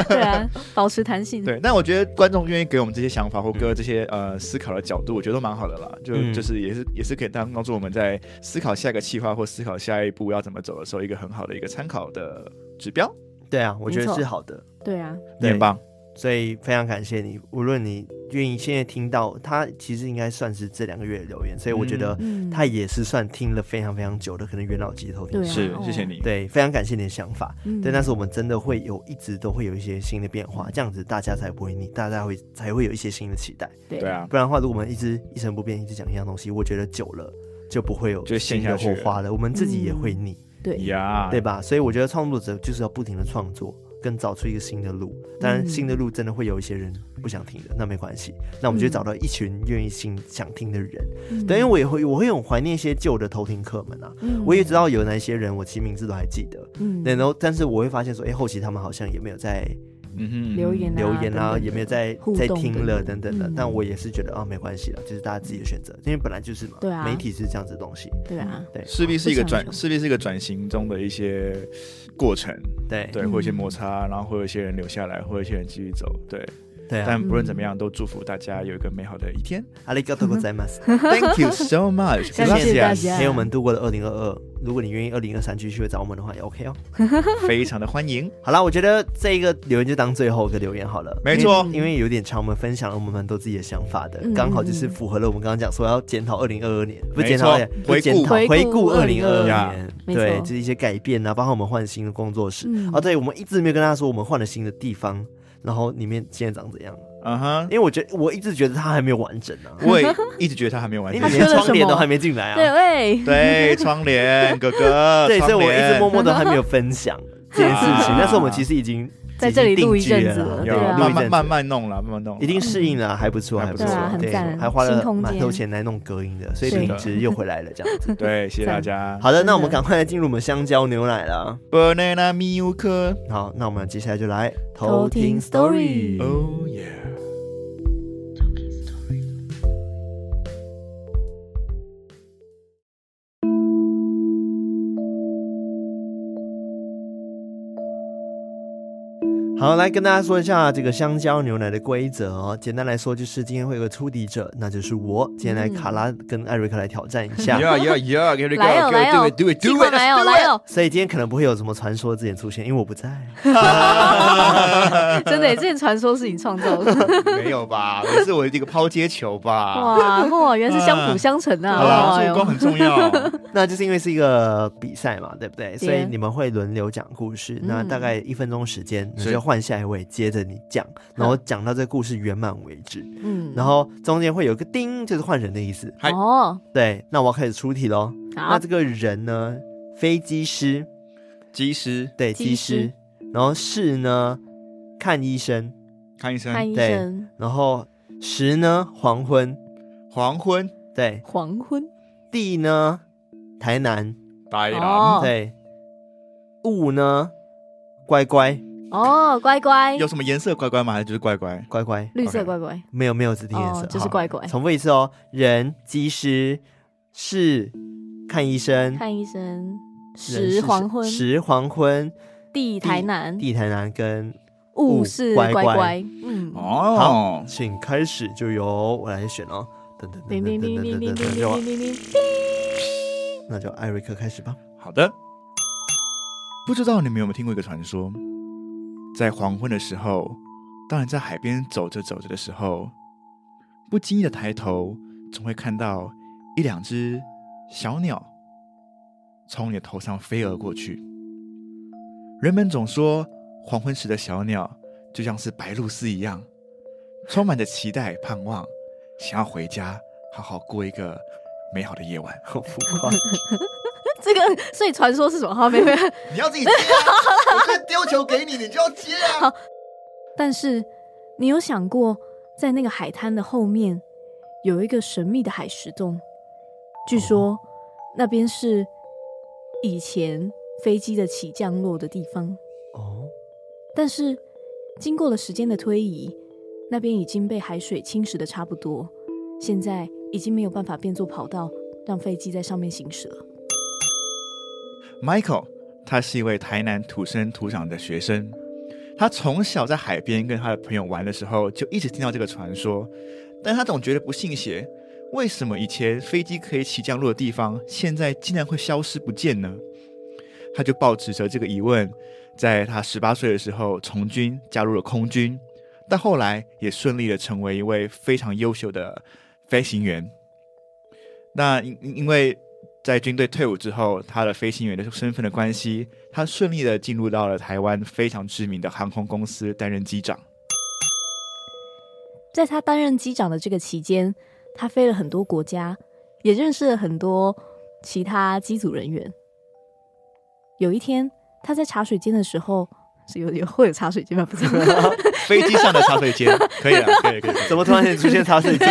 对啊，保持弹性。
对。但我觉得观众愿意给我们这些想法或给我这些呃思考的角度，我觉得都蛮好的啦。就、
嗯
就是也是也是可以当当做我们在思考下一个计划或思考下一步要怎么走的时候，一个很好的一个参考的指标，
对啊，我觉得
没错
是好的。
对啊，
你很棒。
所以非常感谢你，无论你愿意现在听到，他其实应该算是这两个月的留言，所以我觉得
嗯，
他也是算听了非常非常久的，可能元老级的头听
对啊
是。
是
哦，
谢谢你。
对，非常感谢你的想法。
嗯
对，但是我们真的会有一直都会有一些新的变化，这样子大家才不会腻，大家会才会有一些新的期待。
对
对，啊，
不然的话，如果我们一直一成不变，一直讲一样东西，我觉得久了就不会有
就陷
新的
下去
火
了
花了，我们自己也会腻，
对，
呀，
对吧？所以我觉得创作者就是要不停的创作，跟找出一个新的路。当
嗯
然，新的路真的会有一些人不想听的，那没关系，那我们就
嗯
找到一群愿意新想听的人。
嗯
对，因为我也会我会很怀念一些旧的偷听客们啊，
嗯
我也知道有哪一些人，我其实名字都还记得。
嗯
然后，但是我会发现说，哎、后期他们好像也没有在
嗯哼，
留言啊
留言啊，
等等
也没有在
互动
在听了等
等
等的。
嗯
但我也是觉得啊，没关系了，就是大家自己的选择，因为本来就是嘛，
对啊
媒体是这样子的东西，
对啊，
对
势必是一个
不想
转，
说
势必是一个转型中的一些过程，
对
对，
嗯
会有一些摩擦，然后会有一些人留下来，会有一些人继续走，对。
对啊。
但不论怎么样，都祝福大家有一个美好的一天。
阿里嘎多ございます，
Thank you so much，
感谢大家
陪我们度过了二零二二。如果你愿意二零二三继续找我们的话，也 OK 哦。
非常的欢迎。
好啦，我觉得这一个留言就当最后一个留言好了。
没错
因为因为有点长，我们分享了我们蛮多自己的想法的，
嗯
刚好就是符合了我们刚刚讲说要检讨二零二二年，不是
没
检
错
讨，哎不是
回顾
检讨
回顾
回顾二零二二
呀
年，
没
对，
错
就是一些改变啊，包括我们换新的工作室
嗯
啊，对，我们一直没有跟大家说我们换了新的地方，然后里面现在长怎样，
嗯哼
因，为我觉得我一直觉得它还没有完整啊，
我也一直觉得他还没有完
你
它
成。
缺了
连
什么
窗帘都还没进来
对，
啊，
哎，
对，窗帘哥哥，
对，所以
窗
我
帘
一直默默都还没有分 享这件事情
啊，
但是我们其实已经
在这里录一阵子了
已经定居了
对
有
啦
啊
录
慢
一阵
慢
子
慢慢弄了，慢慢弄啦，
一定适应了，还不错，
还
还不
不
错，
错对啊很
赞
还花
新
了
空间
蛮多钱来弄隔音的，所以
是
品
的
质又回来了这样 子。
对，谢谢大家。
好的，那我们
真的
赶快来进入我们香蕉牛奶了。
，banana milk，
好，那我们接下来就来
偷听 story
哦耶。
好，来跟大家说一下这个香蕉牛奶的规则哦。简单来说，就是今天会有个出题者，那就是我。今天来
嗯
卡拉跟艾瑞克来挑战一下。
Yeah, yeah, yeah. Here we go.
来哦
Go,
来哦
do it, do it,
计
do
划
it.
来哦来哦，
所以今天可能不会有什么传说之眼出现，因为我不在。
真的耶，之前传说是你创造的，
没有吧？我是我一个抛接球吧。
哇，哇，原来是相辅相成啊，
好啦，
哎
助
呦
攻很重要。
那就是因为是一个比赛嘛，对不对？
对嗯
所以你们会轮流讲故事，那大概一分钟时间，你
是
就换下一位，接着你讲，然后讲到这个故事圆满为止。
嗯，
然后中间会有个叮，就是换人的意思。
嗨
哦，
对，那我要开始出题喽。那
好，
这个人呢，飞机师，
及时
对，
机
机
师
师。然后是呢，看医生。
看医生。
看医
对
生，
然后时呢，黄昏。
黄昏，
对，
黄昏，
地呢，台南。
白狼。
哦
对，物呢，乖乖，
哦，乖乖
有，什么颜色乖乖吗？还是就是乖乖？
乖乖。
绿色
OK
乖乖，
没有没有指定颜色，
哦，就是
好
乖乖，
重复一次哦，人、机师、是看医生、
看医生，
人
时黄昏，
时黄昏、
地台南，
地台南跟
物
物
是
乖乖
乖，嗯，
哦，
请开始就由我来选哦。噔噔
叮
噔噔
叮叮
噔噔
叮叮
噔噔
叮叮
就
叮叮叮，
那就艾瑞克开始吧。
好的，不知道你们有没有听过一个传说，在黄昏的时候，当你在海边走着走着的时候，不经意的抬头，总会看到一两只小鸟从你的头上飞而过去。人们总说，黄昏时的小鸟就像是白鹭鸶一样，充满着期待、盼望，想要回家，好好过一个美好的夜晚。
好浮夸，
这个，所以传说是什么？好，没有没有。
你要自己接、啊，我在丢球给你，你就要接啊。
但是你有想过，在那个海滩的后面有一个神秘的海石洞，据说那边是以前飞机的起降落的地方。
哦，
但是经过了时间的推移，那边已经被海水侵蚀的差不多，现在已经没有办法变作跑道，让飞机在上面行驶了。
Michael，他是一位台南土生土长的学生。他从小在海边跟他的朋友玩的时候，就一直听到这个传说，但他总觉得不信邪。为什么以前飞机可以起降落的地方，现在竟然会消失不见呢？他就抱持着这个疑问，在他十八岁的时候从军，加入了空军，但后来也顺利的成为一位非常优秀的飞行员。那因因因为在军队退伍之后，他的飞行员的身份的关系，他顺利的进入到了台湾非常知名的航空公司担任机长。
在他担任机长的这个期间，他飞了很多国家，也认识了很多其他机组人员。有一天，他在茶水间的时候，是有 有会有茶水间吗？不知道。
飞机上的茶水间，可以了，可以可以。
怎么突然间出现茶水间？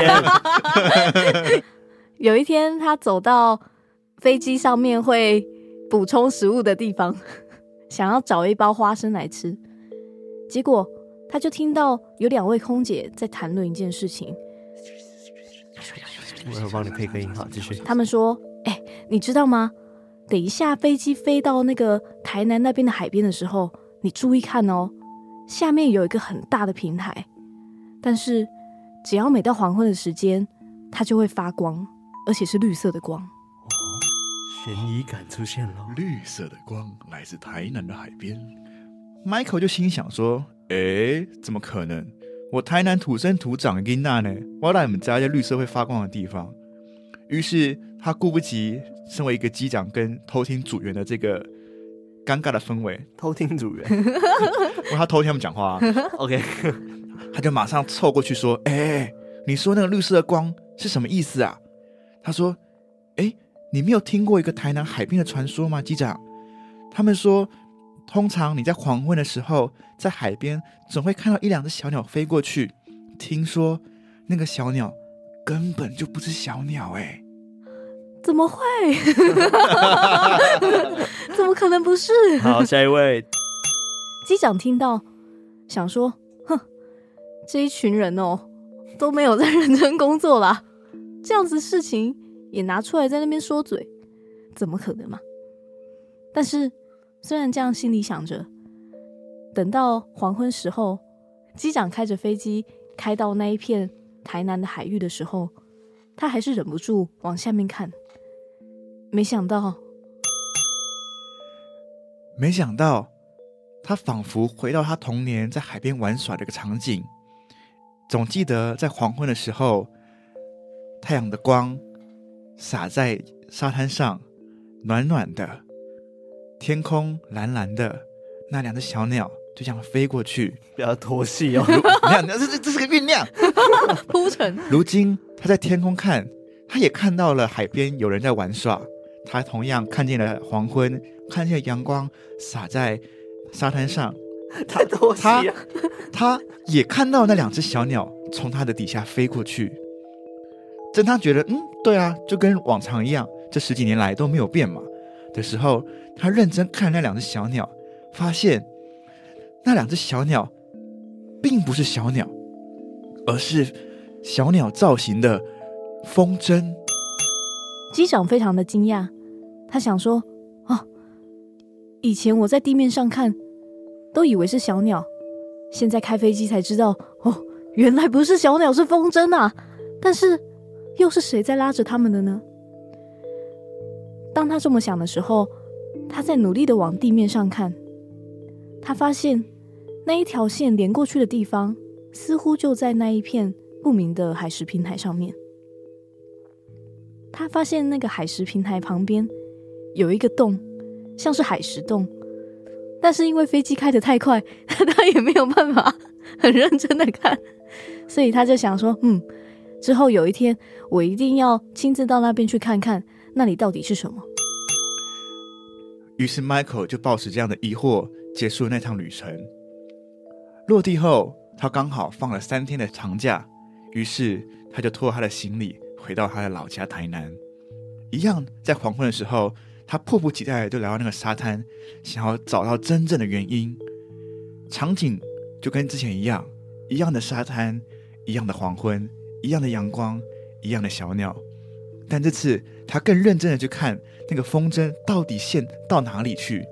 有一天，他走到飞机上面会补充食物的地方，想要找一包花生来吃，结果他就听到有两位空姐在谈论一件事情。
我有帮你配个音，好，继续。
他们说：“哎、你知道吗？等一下飞机飞到那个台南那边的海边的时候，你注意看哦，下面有一个很大的平台，但是只要每到黄昏的时间，它就会发光，而且是绿色的光。
悬疑感出现了，
绿色的光来自台南的海边。Michael 就心想说：“诶，怎么可能？我台南土生土长的囡娜呢，我要来你们家在绿色会发光的地方。”于是他顾不及身为一个机长跟偷听组员的这个尴尬的氛围，
偷听组员。
因为他偷听他们讲话、啊，
OK，
他就马上凑过去说：“哎、你说那个绿色的光是什么意思啊？”他说：“哎、你没有听过一个台南海边的传说吗，机长？他们说，通常你在黄昏的时候，在海边总会看到一两只小鸟飞过去。听说那个小鸟根本就不是小鸟、哎，
怎么会？ 怎么可能不是？
好，下一位，
机长听到，想说：“哼，这一群人哦，都没有在认真工作啦，这样子事情也拿出来在那边说嘴，怎么可能嘛？”但是虽然这样心里想着，等到黄昏时候，机长开着飞机开到那一片台南的海域的时候，他还是忍不住往下面看，没想到
没想到，他仿佛回到他童年在海边玩耍的一个场景，总记得在黄昏的时候，太阳的光洒在沙滩上，暖暖的，天空蓝蓝的，那两只小鸟就这样飞过去。
不要拖戏哦。
你看，这这这是个酝酿。
铺陈。
如今他在天空看，他也看到了海边有人在玩耍，他同样看见了黄昏，看见阳光洒在沙滩上，
他拖戏 啊，
他也看到那两只小鸟从他的底下飞过去。正他觉得嗯，对啊，就跟往常一样，这十几年来都没有变嘛的时候，他认真看那两只小鸟，发现那两只小鸟并不是小鸟，而是小鸟造型的风筝。
机长非常的惊讶，他想说：“哦，以前我在地面上看，都以为是小鸟，现在开飞机才知道，哦，原来不是小鸟，是风筝啊！但是又是谁在拉着他们的呢？”当他这么想的时候，他在努力的往地面上看，他发现那一条线连过去的地方，似乎就在那一片不明的海蚀平台上面。他发现那个海蚀平台旁边有一个洞，像是海蚀洞，但是因为飞机开得太快， 他也没有办法很认真的看，所以他就想说，嗯，之后有一天我一定要亲自到那边去看看，那里到底是什么。
于是 Michael 就抱持这样的疑惑结束了那趟旅程。落地后，他刚好放了三天的长假，于是他就拖他的行李回到他的老家台南。一样在黄昏的时候，他迫不及待地就来到那个沙滩，想要找到真正的原因。场景就跟之前一样，一样的沙滩，一样的黄昏，一样的阳光，一样的小鸟。但这次他更认真的去看那个风筝到底线到哪里去。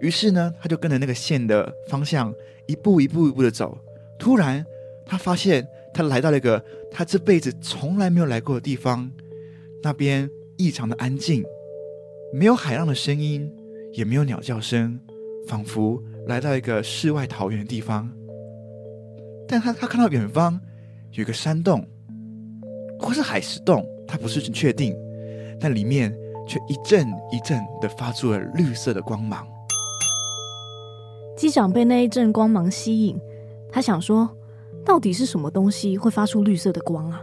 于是呢，他就跟着那个线的方向一步一步一步的走。突然，他发现他来到了一个他这辈子从来没有来过的地方，那边异常的安静，没有海浪的声音，也没有鸟叫声，仿佛来到一个世外桃源的地方。但他他看到远方有一个山洞，或是海石洞，他不是很确定，但里面却一阵一阵的发出了绿色的光芒。
机长被那一阵光芒吸引，他想说，到底是什么东西会发出绿色的光啊？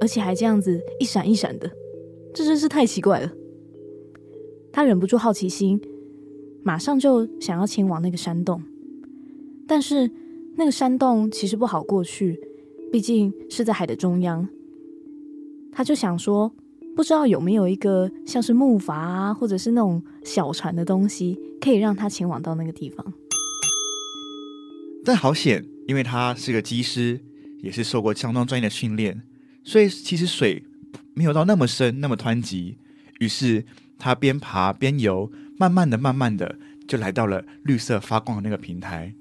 而且还这样子一闪一闪的，这真是太奇怪了。他忍不住好奇心，马上就想要前往那个山洞，但是那个山洞其实不好过去，毕竟是在海的中央。他就想说，不知道有没有一个像是木筏啊，或者是那种小船的东西，可以让他前往到那个地方。
但好险，因为他是个机师，也是受过相当专业的训练，所以其实水没有到那么深、那么湍急。于是他边爬边游，慢慢的、慢慢的就来到了绿色发光的那个平台。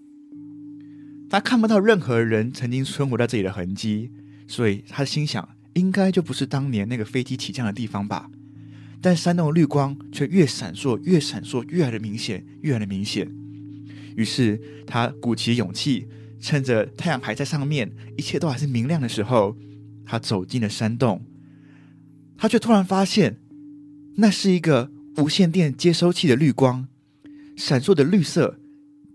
他看不到任何人曾经生活在这里的痕迹，所以他心想，应该就不是当年那个飞机起降的地方吧。但山洞的绿光却越闪烁、越闪烁，越来的明显，越来的明显。于是他鼓起勇气，趁着太阳还在上面，一切都还是明亮的时候，他走进了山洞。他却突然发现，那是一个无线电接收器的绿光，闪烁的绿色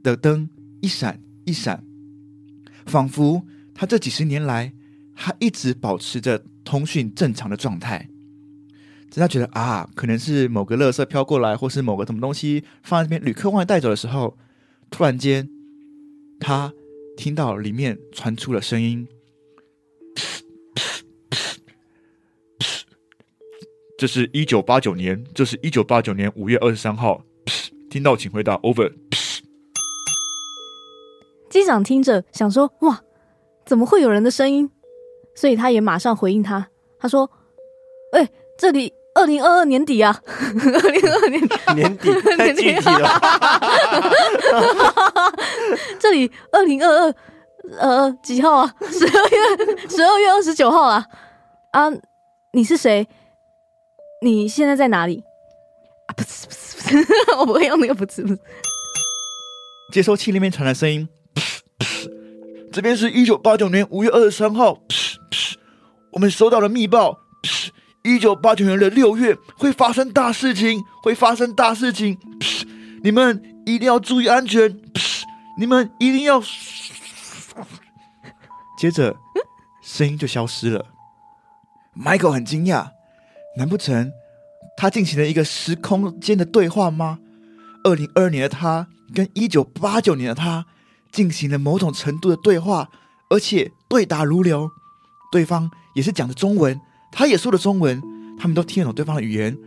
的灯一闪一闪，仿佛他这几十年来，他一直保持着通讯正常的状态。在他觉得啊，可能是某个垃圾飘过来，或是某个什么东西放在那边，旅客忘了带走的时候，突然间，他听到里面传出了声音，这是一九八九年，这是一九八九年五月二十三号，听到请回答，over。
机长听着想说：“哇，怎么会有人的声音？”所以他也马上回应他，他说：“哎、这里二零二二年底啊， 二零二二年底，
年底太具体了，
这里二零二二呃几号啊？十二月十二月二十九号啊啊！你是谁？你现在在哪里？啊，不是不是不是， 我不会用那个不是不是。
接收器那边传来声音，这边是一九八九年五月二十三号，我们收到了密报，一九八九年的六月会发生大事情，会发生大事情，你们一定要注意安全，你们一定要。接着，声音就消失了。Michael 很惊讶，难不成他进行了一个时空间的对话吗？二零二二年的他跟一九八九年的他进行了某种程度的对话，而且对答如流，对方也是讲的中文，他也说的中文，他们都听得懂对方的语言。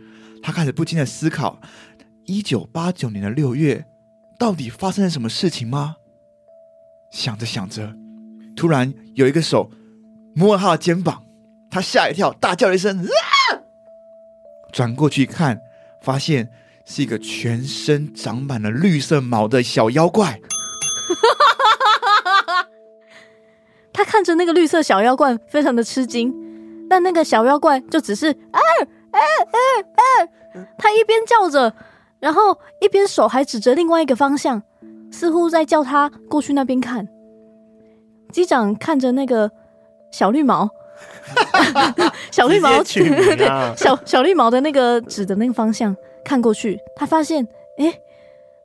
他开始不禁的思考：一九八九年的六月，到底发生了什么事情吗？想着想着，突然有一个手摸了他的肩膀，他吓一跳，大叫了一声“啊！”转过去一看，发现是一个全身长满了绿色毛的小妖怪。
他看着那个绿色小妖呃怪，非常的吃惊。但那个小妖怪就只是啊啊啊啊他一边叫着，然后一边手还指着另外一个方向，似乎在叫他过去那边看。机长看着那个小绿毛，小绿毛
直接取名啊
小小绿毛的那个指的那个方向看过去，他发现，哎、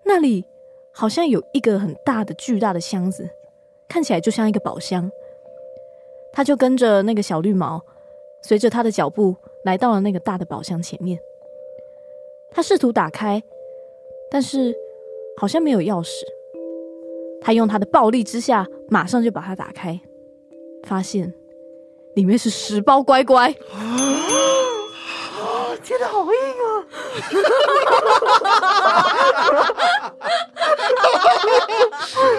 那里好像有一个很大的、巨大的箱子，看起来就像一个宝箱。他就跟着那个小绿毛，随着他的脚步来到了那个大的宝箱前面。他试图打开，但是好像没有钥匙。他用他的暴力之下，马上就把它打开，发现里面是十包乖乖。
啊天哪，好硬啊！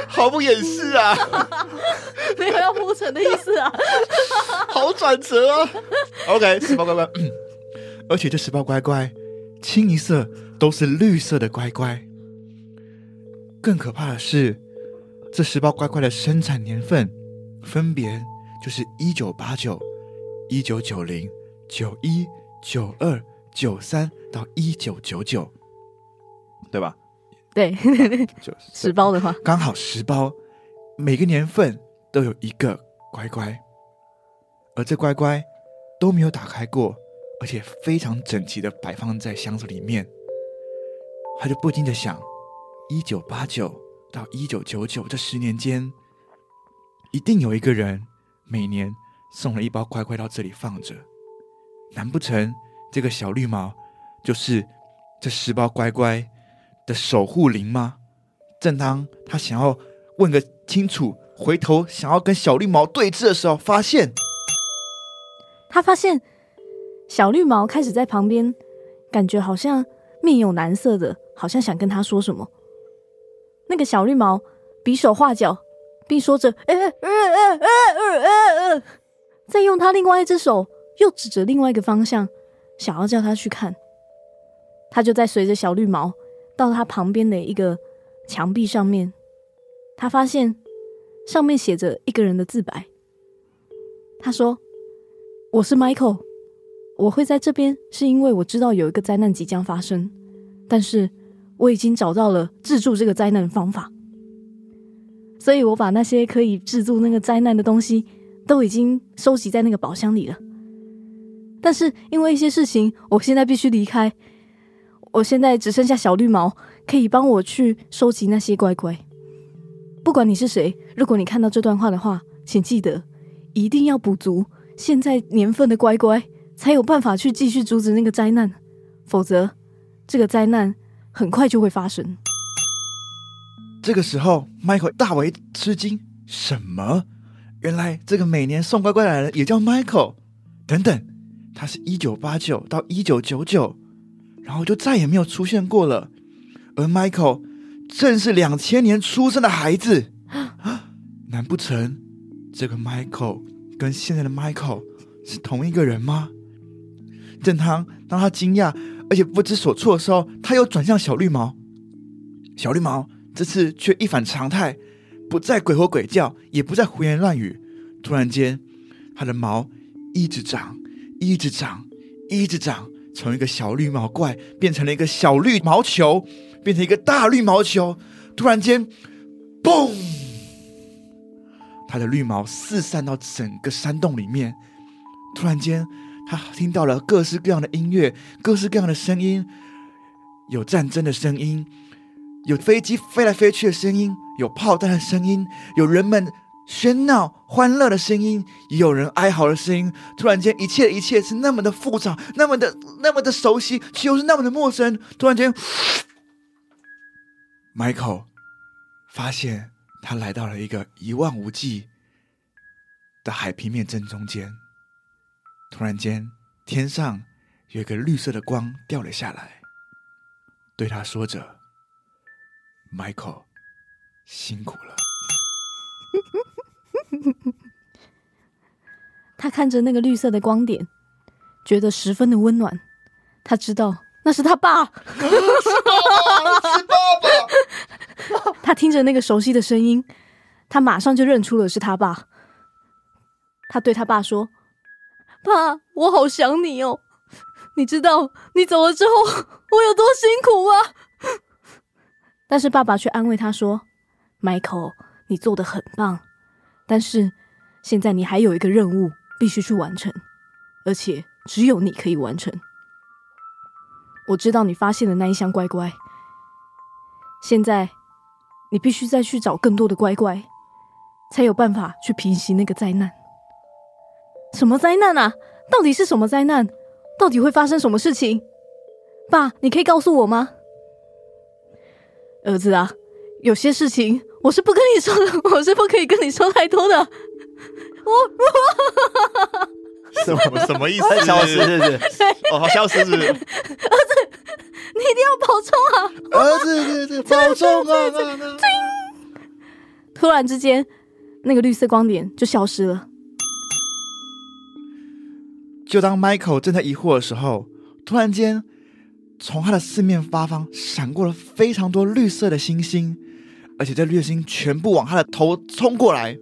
毫不掩饰啊，
没有要铺陈的意思啊。
好转折啊。OK，十包乖乖，嗯 而且这十包乖乖，清一色都是绿色的乖乖。更可怕的是，这十包乖乖的生产年份分别就是一九八九、一九九零、九一、九二、九三到一九九九，对吧？
对，
就
十包的话，
刚好十包，每个年份都有一个乖乖，而这乖乖都没有打开过，而且非常整齐的摆放在箱子里面。他就不禁的想，一九八九到一九九九这十年间，一定有一个人每年送了一包乖乖到这里放着，难不成这个小绿毛就是这十包乖乖的守护灵吗？正当他想要问个清楚，回头想要跟小绿毛对峙的时候，发现
他发现小绿毛开始在旁边，感觉好像面有难色的，好像想跟他说什么。那个小绿毛比手画脚，并说着“呃呃呃呃呃呃呃”，再用他另外一只手又指着另外一个方向，想要叫他去看。他就在随着小绿毛到他旁边的一个墙壁上面，他发现上面写着一个人的自白。他说：“我是 Michael，我会在这边是因为我知道有一个灾难即将发生，但是我已经找到了制住这个灾难的方法，所以我把那些可以制住那个灾难的东西都已经收集在那个宝箱里了。但是因为一些事情，我现在必须离开，我现在只剩下小绿毛可以帮我去收集那些乖乖。不管你是谁，如果你看到这段话的话，请记得一定要补足现在年份的乖乖，才有办法去继续阻止那个灾难，否则这个灾难很快就会发生。
这个时候，Michael 大为吃惊：什么？原来这个每年送乖乖来的人也叫 Michael。等等，他是一九八九到一九九九，然后就再也没有出现过了。而 Michael 正是两千年出生的孩子， 难不成这个 Michael 跟现在的 Michael 是同一个人吗？正当当他惊讶而且不知所措的时候，他又转向小绿毛。小绿毛这次却一反常态，不再鬼吼鬼叫，也不再胡言乱语。突然间，它的毛一直长，一直长，一直长，从一个小绿毛怪变成了一个小绿毛球，变成一个大绿毛球。突然间，嘣！它的绿毛四散到整个山洞里面。突然间，他听到了各式各样的音乐，各式各样的声音，有战争的声音，有飞机飞来飞去的声音，有炮弹的声音，有人们喧闹欢乐的声音，也有人哀嚎的声音。突然间，一切的一切是那么的复杂，那么的那么的熟悉，却又是那么的陌生。突然间，Michael 发现他来到了一个一望无际的海平面正中间。突然间，天上有一个绿色的光掉了下来，对他说着。Michael，辛苦了。
他看着那个绿色的光点，觉得十分的温暖。他知道那是他爸。 他听着那个熟悉的声音，他马上就认出了是他爸。他对他爸说：“爸，我好想你哦，你知道你走了之后我有多辛苦吗？ 但是爸爸却安慰他说：“Michael，你做的很棒，但是现在你还有一个任务必须去完成，而且只有你可以完成。我知道你发现了那一箱乖乖，现在你必须再去找更多的乖乖，才有办法去平息那个灾难。什么灾难啊？到底是什么灾难？到底会发生什么事情？爸，你可以告诉我吗？儿子啊，有些事情我是不跟你说的，我是不可以跟你说太多的。
什么
什么意思？
他 消失是不是？
哦，消失是不是
你一定要保重啊！
儿子，对对，保重啊！
突然之间，那个绿色光点就消失了。
就当 Michael 正在疑惑的时候，突然间从他的四面八方闪过了非常多绿色的星星，而且这绿星全部往他的头冲过来，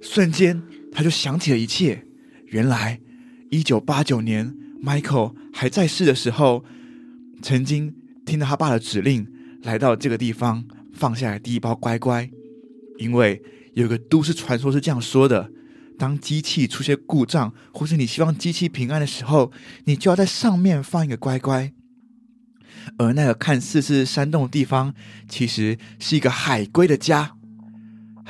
瞬间他就想起了一切。原来，一九八九年 Michael 还在世的时候，曾经听到他爸的指令，来到这个地方放下来第一包乖乖，因为有一个都市传说是这样说的：当机器出现故障，或是你希望机器平安的时候，你就要在上面放一个乖乖。而那个看似是山洞的地方，其实是一个海龟的家。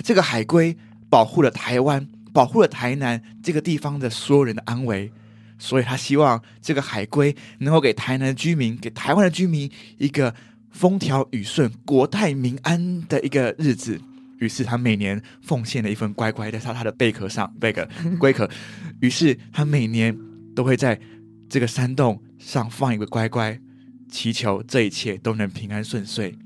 这个海龟保护了台湾，保护了台南这个地方的所有人的安危，所以他希望这个海龟能够给台南的居民，给台湾的居民一个风调雨顺、国泰民安的一个日子。于是他每年奉献了一份乖乖在他他的贝壳上，贝壳龟壳。 于是他每年都会在这个山洞上放一个乖乖，祈求这一切都能平安顺遂。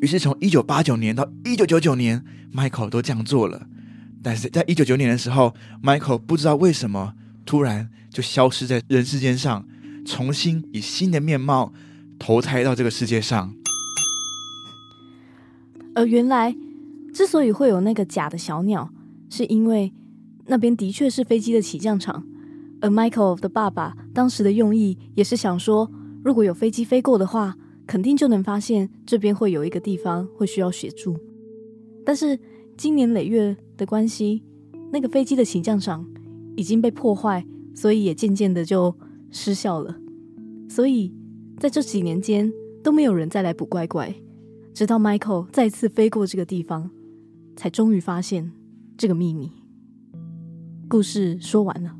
于是从一九八九年到一九九九年，Michael 都这样做了。但是在一九九年的时候，Michael 不知道为什么突然就消失在人世间上，重新以新的面貌投胎到这个世界上。
而原来，之所以会有那个假的小鸟，是因为那边的确是飞机的起降场。而 Michael 的爸爸当时的用意也是想说，如果有飞机飞过的话，肯定就能发现这边会有一个地方会需要协助。但是今年累月的关系，那个飞机的起降场已经被破坏，所以也渐渐的就失效了。所以在这几年间都没有人再来捕乖乖。直到 Michael 再次飞过这个地方，才终于发现这个秘密。故事说完了。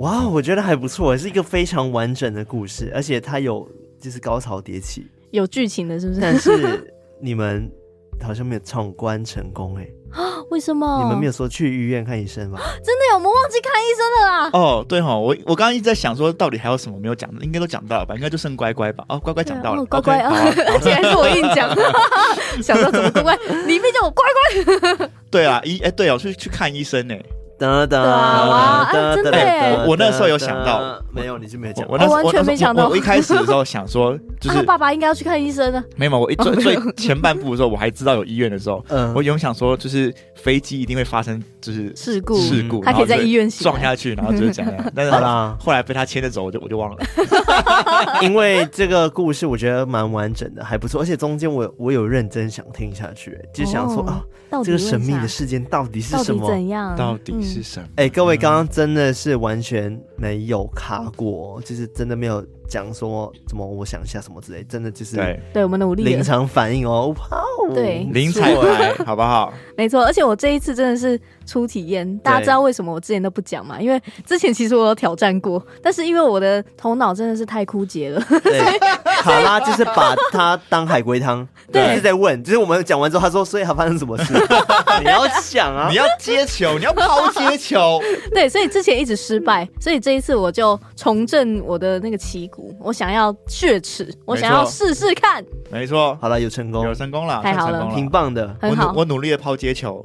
哇，我觉得还不错，是一个非常完整的故事，而且它有就是高潮迭起。
有剧情的，是不是？
但是你们好像没有闯关成功哎、
为什么？
你们没
有
有说去医院看医生 吧？
真的有？我们忘记看医生了啦。
哦，对哈、我我刚刚一直在想说，到底还有什么没有讲的？应该都讲到了吧？应该就剩乖乖吧？哦，乖乖讲到了，
哦乖乖
OK，
啊
好啊！
而且还是我硬讲，想到怎么乖乖，里面就有乖乖。
对啊，一哎，对哦，去去看医生呢。
哒哒
啊哇哎真的耶
我我那时候有想到，
没有，你是没有
我
讲。
我那时
哦我完
我
全
那时
没想到
我我一开始的时候 想说，就是
啊爸爸哦应该要去看医生啊呢。
没有，我一最最前半部的时候，我还知道有医院的时候，
嗯
我永想说，就是飞机一定会发生，就是
事故
事故，
他可以在医院醒来
撞下去，然后就是 这样。但是
好啦
后来被他牵着走，我就我就忘了。
因为这个故事我觉得蛮完整的，还不错，而且中间我我有认真想听下去、就想说、
哦
啊，
到底
这个神秘的
问啥
事件到底是
到
什
底
么？
怎样？
到底
嗯
是什么？
哎、各位刚刚真的是完全没有卡过，就是真的没有讲说怎么我想一下什么之类，真的就是
对，
嗯对我们努力
临
了，
场反应哦，哇哦，
对
不错
零彩排，好不好？
没错。而且我这一次真的是初体验，大家知道为什么我之前都不讲嘛？因为之前其实我有挑战过，但是因为我的头脑真的是太枯竭了，
对，哎卡拉就是把它当海龟汤，
对
就是在问，就是我们讲完之后，他说，所以他发生什么 事？你要想啊
你，要接球，你要抛接 球，
对，所以之前一直失
嗯
败，所以这一次我就重振我的那个旗鼓，我想要血耻，我想要试试看，
没错，
好了，有成功
哦有，成功了，
太好
算
了
成功
挺棒的。
我
很好
努我努力的抛接球，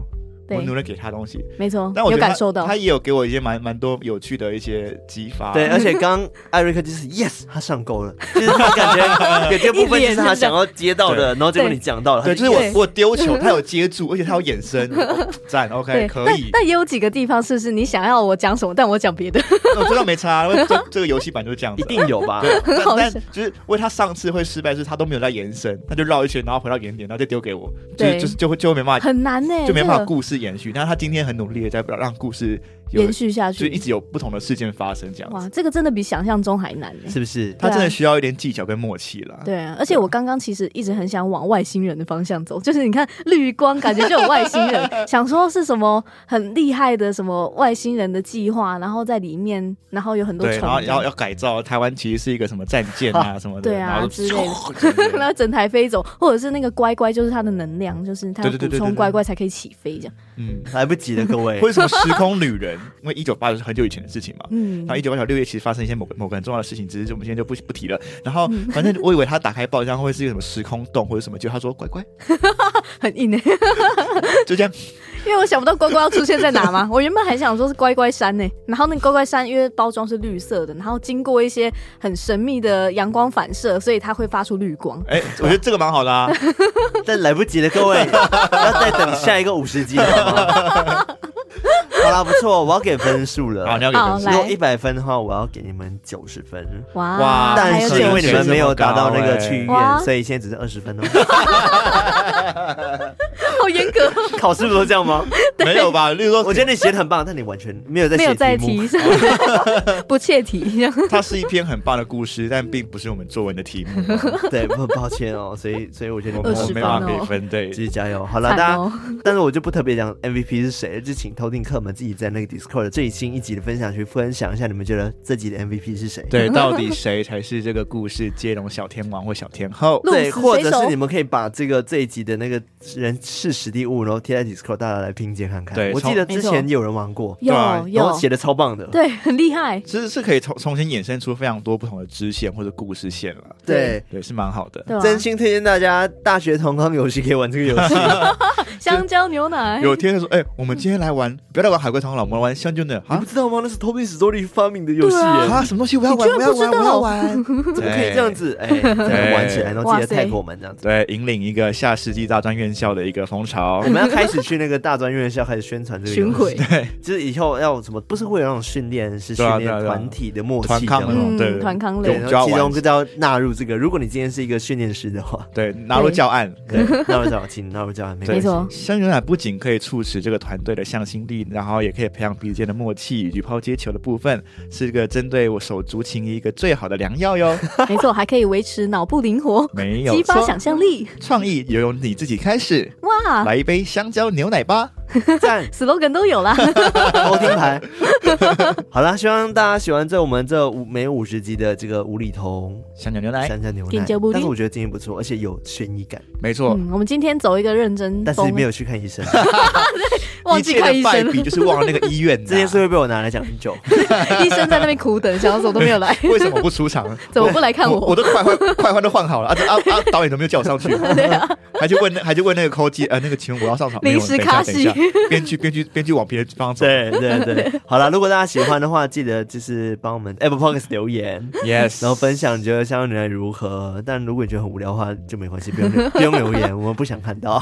对
我努力给他东西。
没错，
但我
有
觉得
感
他
受到
他。也有给我一些蛮蛮多有趣的一些激发。
对，而且刚艾瑞克就是 yes，他上钩了，就是他感 觉有些部分就是他想要接到的，然后结果你讲到了，
对，
他
就是
就
我
yes
我 丢球，他有接住，而且他有眼神，哦赞，OK，
对，
可
但
以。
但也有几个地方是不是你想要我讲什么，但我讲别的。
我知道没差，啊因为这这个游戏版就是这样
一
子。
定有吧？
对，但
好
但
笑
就是为他上次会失败，是他都没有在延伸，他就绕一圈，然后回到原点，然后再丢给我，就是
对
就是就会就会没办法，
很难呢、
就没办
这
法
个
故事延续。但是他今天很努力的在让故事有，
延
就
续下
是一
去。
直有不同的事件发生这样
哇，
子。
这个真的比想象中还难呢、
是不是？
他真
对啊
的需要一点技巧跟默契啦。
对啊，而且我刚刚其实一直很想往外星人的方向走， 就是你看绿光，感觉就有外星 人，想说是什么很厉害的什么外星人的计划，然后在里面，然后有很多
对，
船，
然后要 要改造台湾，其实是一个什么战舰啊什么的，
对啊
然后
之
就
类的
对
那整台飞走，或者是那个乖乖，就是它的能量，就是它要补
对对对对
充
对对
乖乖才可以起飞这样。
嗯，
来不及了，各位
或。者什么时空旅人， 因为一九八是很久以前的事情嘛，
嗯
然，后一九八九六月其实发生一些某个某个很重要的事情，只是我们今天就不不提了。然后
嗯
反正我以为他打开报箱会是一个什么时空洞或者什么，结果他说乖乖
很硬诶、欸
就这样，
因为我想不到乖乖要出现在哪嘛。 我原本还想说是乖乖山呢、然后那个乖乖山因为包装是绿色的，然后经过一些很神秘的阳光反射，所以它会发出绿光。
哎、我觉得这个蛮好的啊。
但来不及了，各位，要再等下一个五十集了好吗？ 好啦，不错，我要给分数了。
好，你要给
好
分数
如
来。
果一百分的话，我要给你们九十分。
哇，
哇
但
啊还有
是因为
九
你们
十
没有达到那个去医
哇
院，所以现在只剩二十分哦。
好严格，
考试不都这样 吗？
没有吧？例如
我
说，
觉得你写的很棒，但你完全没有在
没有
写
在
题目。啊
提上， 不切题这样。
它是一篇很棒的故事，但并不是我们作文的题目，
对，不抱歉哦，所以所以我觉得
我
你
们
们
20分
我没办
哦
法给分。对，
继续加油。好了，
惨
大家，
哦
但是我就不特别讲 MVP 是谁， 就请偷听客们自己在那个 Discord 的最新一集的分享区分享一下，你们觉得这集的 MVP 是谁？
对，到 底谁才是这个故事接龙小天王或小天后？
鹿
对，
死
或
谁
者
手
是你们可以把这个这一集的那个人事实地物，然后贴在 Discord，大家来拼接看看。
对
我记
从
得
没
之
错
前有人玩过，
有
啊
然后
有
写，的超棒的。
对，很厉害。
其实是可以重重新衍生出非常多不同的支线或者故事线了，
对
对，是蛮好的。
对吧？啊
真心推荐大家大学同框游戏可以玩这个游 戏。
香蕉牛奶，
有天就说，哎、我们今天来玩，不要来玩海龟汤了，我们玩香蕉的
你
啊
不知道吗？那是 Toby Story 发明的游戏
对啊
耶，
啊，什么东西我要玩，
你居
我
然
要
不知
玩，
道
我 要玩，
怎么可以这样 子？哎，这样玩起来，然后记得泰国门这样子。
对？对，引领一个下世纪大专院校的一个风潮
我。们要开 始去那个大专院校开始宣传这个游
巡
戏
回，
就是以后要有什么，不是会有那种训练，是训
对啊
练
对啊对啊
团体的默
团
契这
康
样
那
子。
种，
嗯
对，
团康类
对
对，
我
然
们就要
后其中
玩
就要纳入这个。如果你今天是一个训练师的 话，
对，纳入教案。
对，纳入教，请纳入教案，没
对
关
没
系。
错，
香牛奶不仅可以促使这个团队的向心力，然后也可以培养彼此间的默契。与抛接球的部分是一个针对我手足情谊一个最好的良药 哟。
没错，还可以维持脑部灵活，
没有
激发
错
想，象力。
创意由你自己开始。
哇
来一杯香蕉牛奶吧。
赞，
，slogan 都有啦。
偷听牌。 好啦，希望大家喜欢这我们这五每五十集的这个无厘头
香蕉牛奶，
山楂牛
点
奶
酒布，丁
但是我觉得今天不错，而且有悬疑感，
没错。
嗯，我们今天走一个认真
但是
风，
没有去看医生，
忘
一
记
切
看
的
医
败
生
笔
了，
就是忘了那个医院呐。
这件事会被我拿来讲很久。
医生在那边苦等，想要走都没有 来，
为什么不出 场？
怎么不来看
我
我？
我都快换快换都换好了啊这啊啊！导演怎么没有叫 我上去？
啊
还去问那还去问那个抠机呃那个请问我要上场没有
临时
等一下
卡
等一下，编剧编剧编剧往别的地方 走。
对对对， 好啦，如果大家喜欢的话，记得就是帮我们 Apple Podcast 留 言，
，yes，
然后分享你觉得香港女孩如何。但如果你觉得很无聊的话，就没关系，不用留 不用留言，我们不想看到。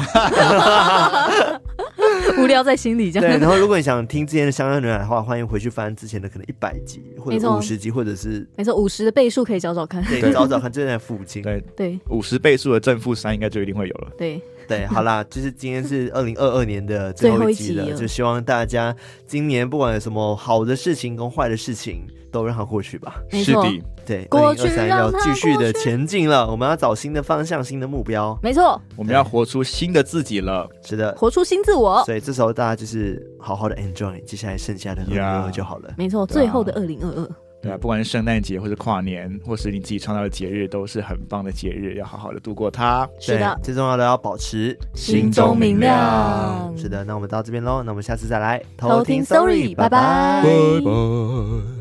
无聊在心里这
对，
样。
然后如果你想听之前的香港女孩的话，欢迎回去翻之前的可能一百集或
没
者
错
五十集，或者是
没错，五十的倍数可以找找看。
对找找看正在附近。
对
对
五十倍数的正负三应该就一定会有了。
对，
对，好啦，就是今天是二零二二年的最后一集了，
最后一集了
就希望大家今年不管有什么好的事情跟坏的事情，都让它过去吧。
没
是
错
的，
对，二
过
零
去
二三要
让它
继续的
过去
前进了，我们要找新的方向、新的目标。
没错，
我们要活出新的自己了。
是的，
活出新自我。
所以这时候大家就是好好的 enjoy 接下来剩下的二零二
Yeah
就好了。
没错，
对啊
最后的二零二二，
对啊，不管是圣诞节，或是跨年，或是你自己创造的节日，都是很棒的节日，要好好的度过它。
是
对
的，
最重要的要保持
心
中明
亮
是的，那我们到这边喽，那我们下次再来
偷听 sorry，拜拜。
拜。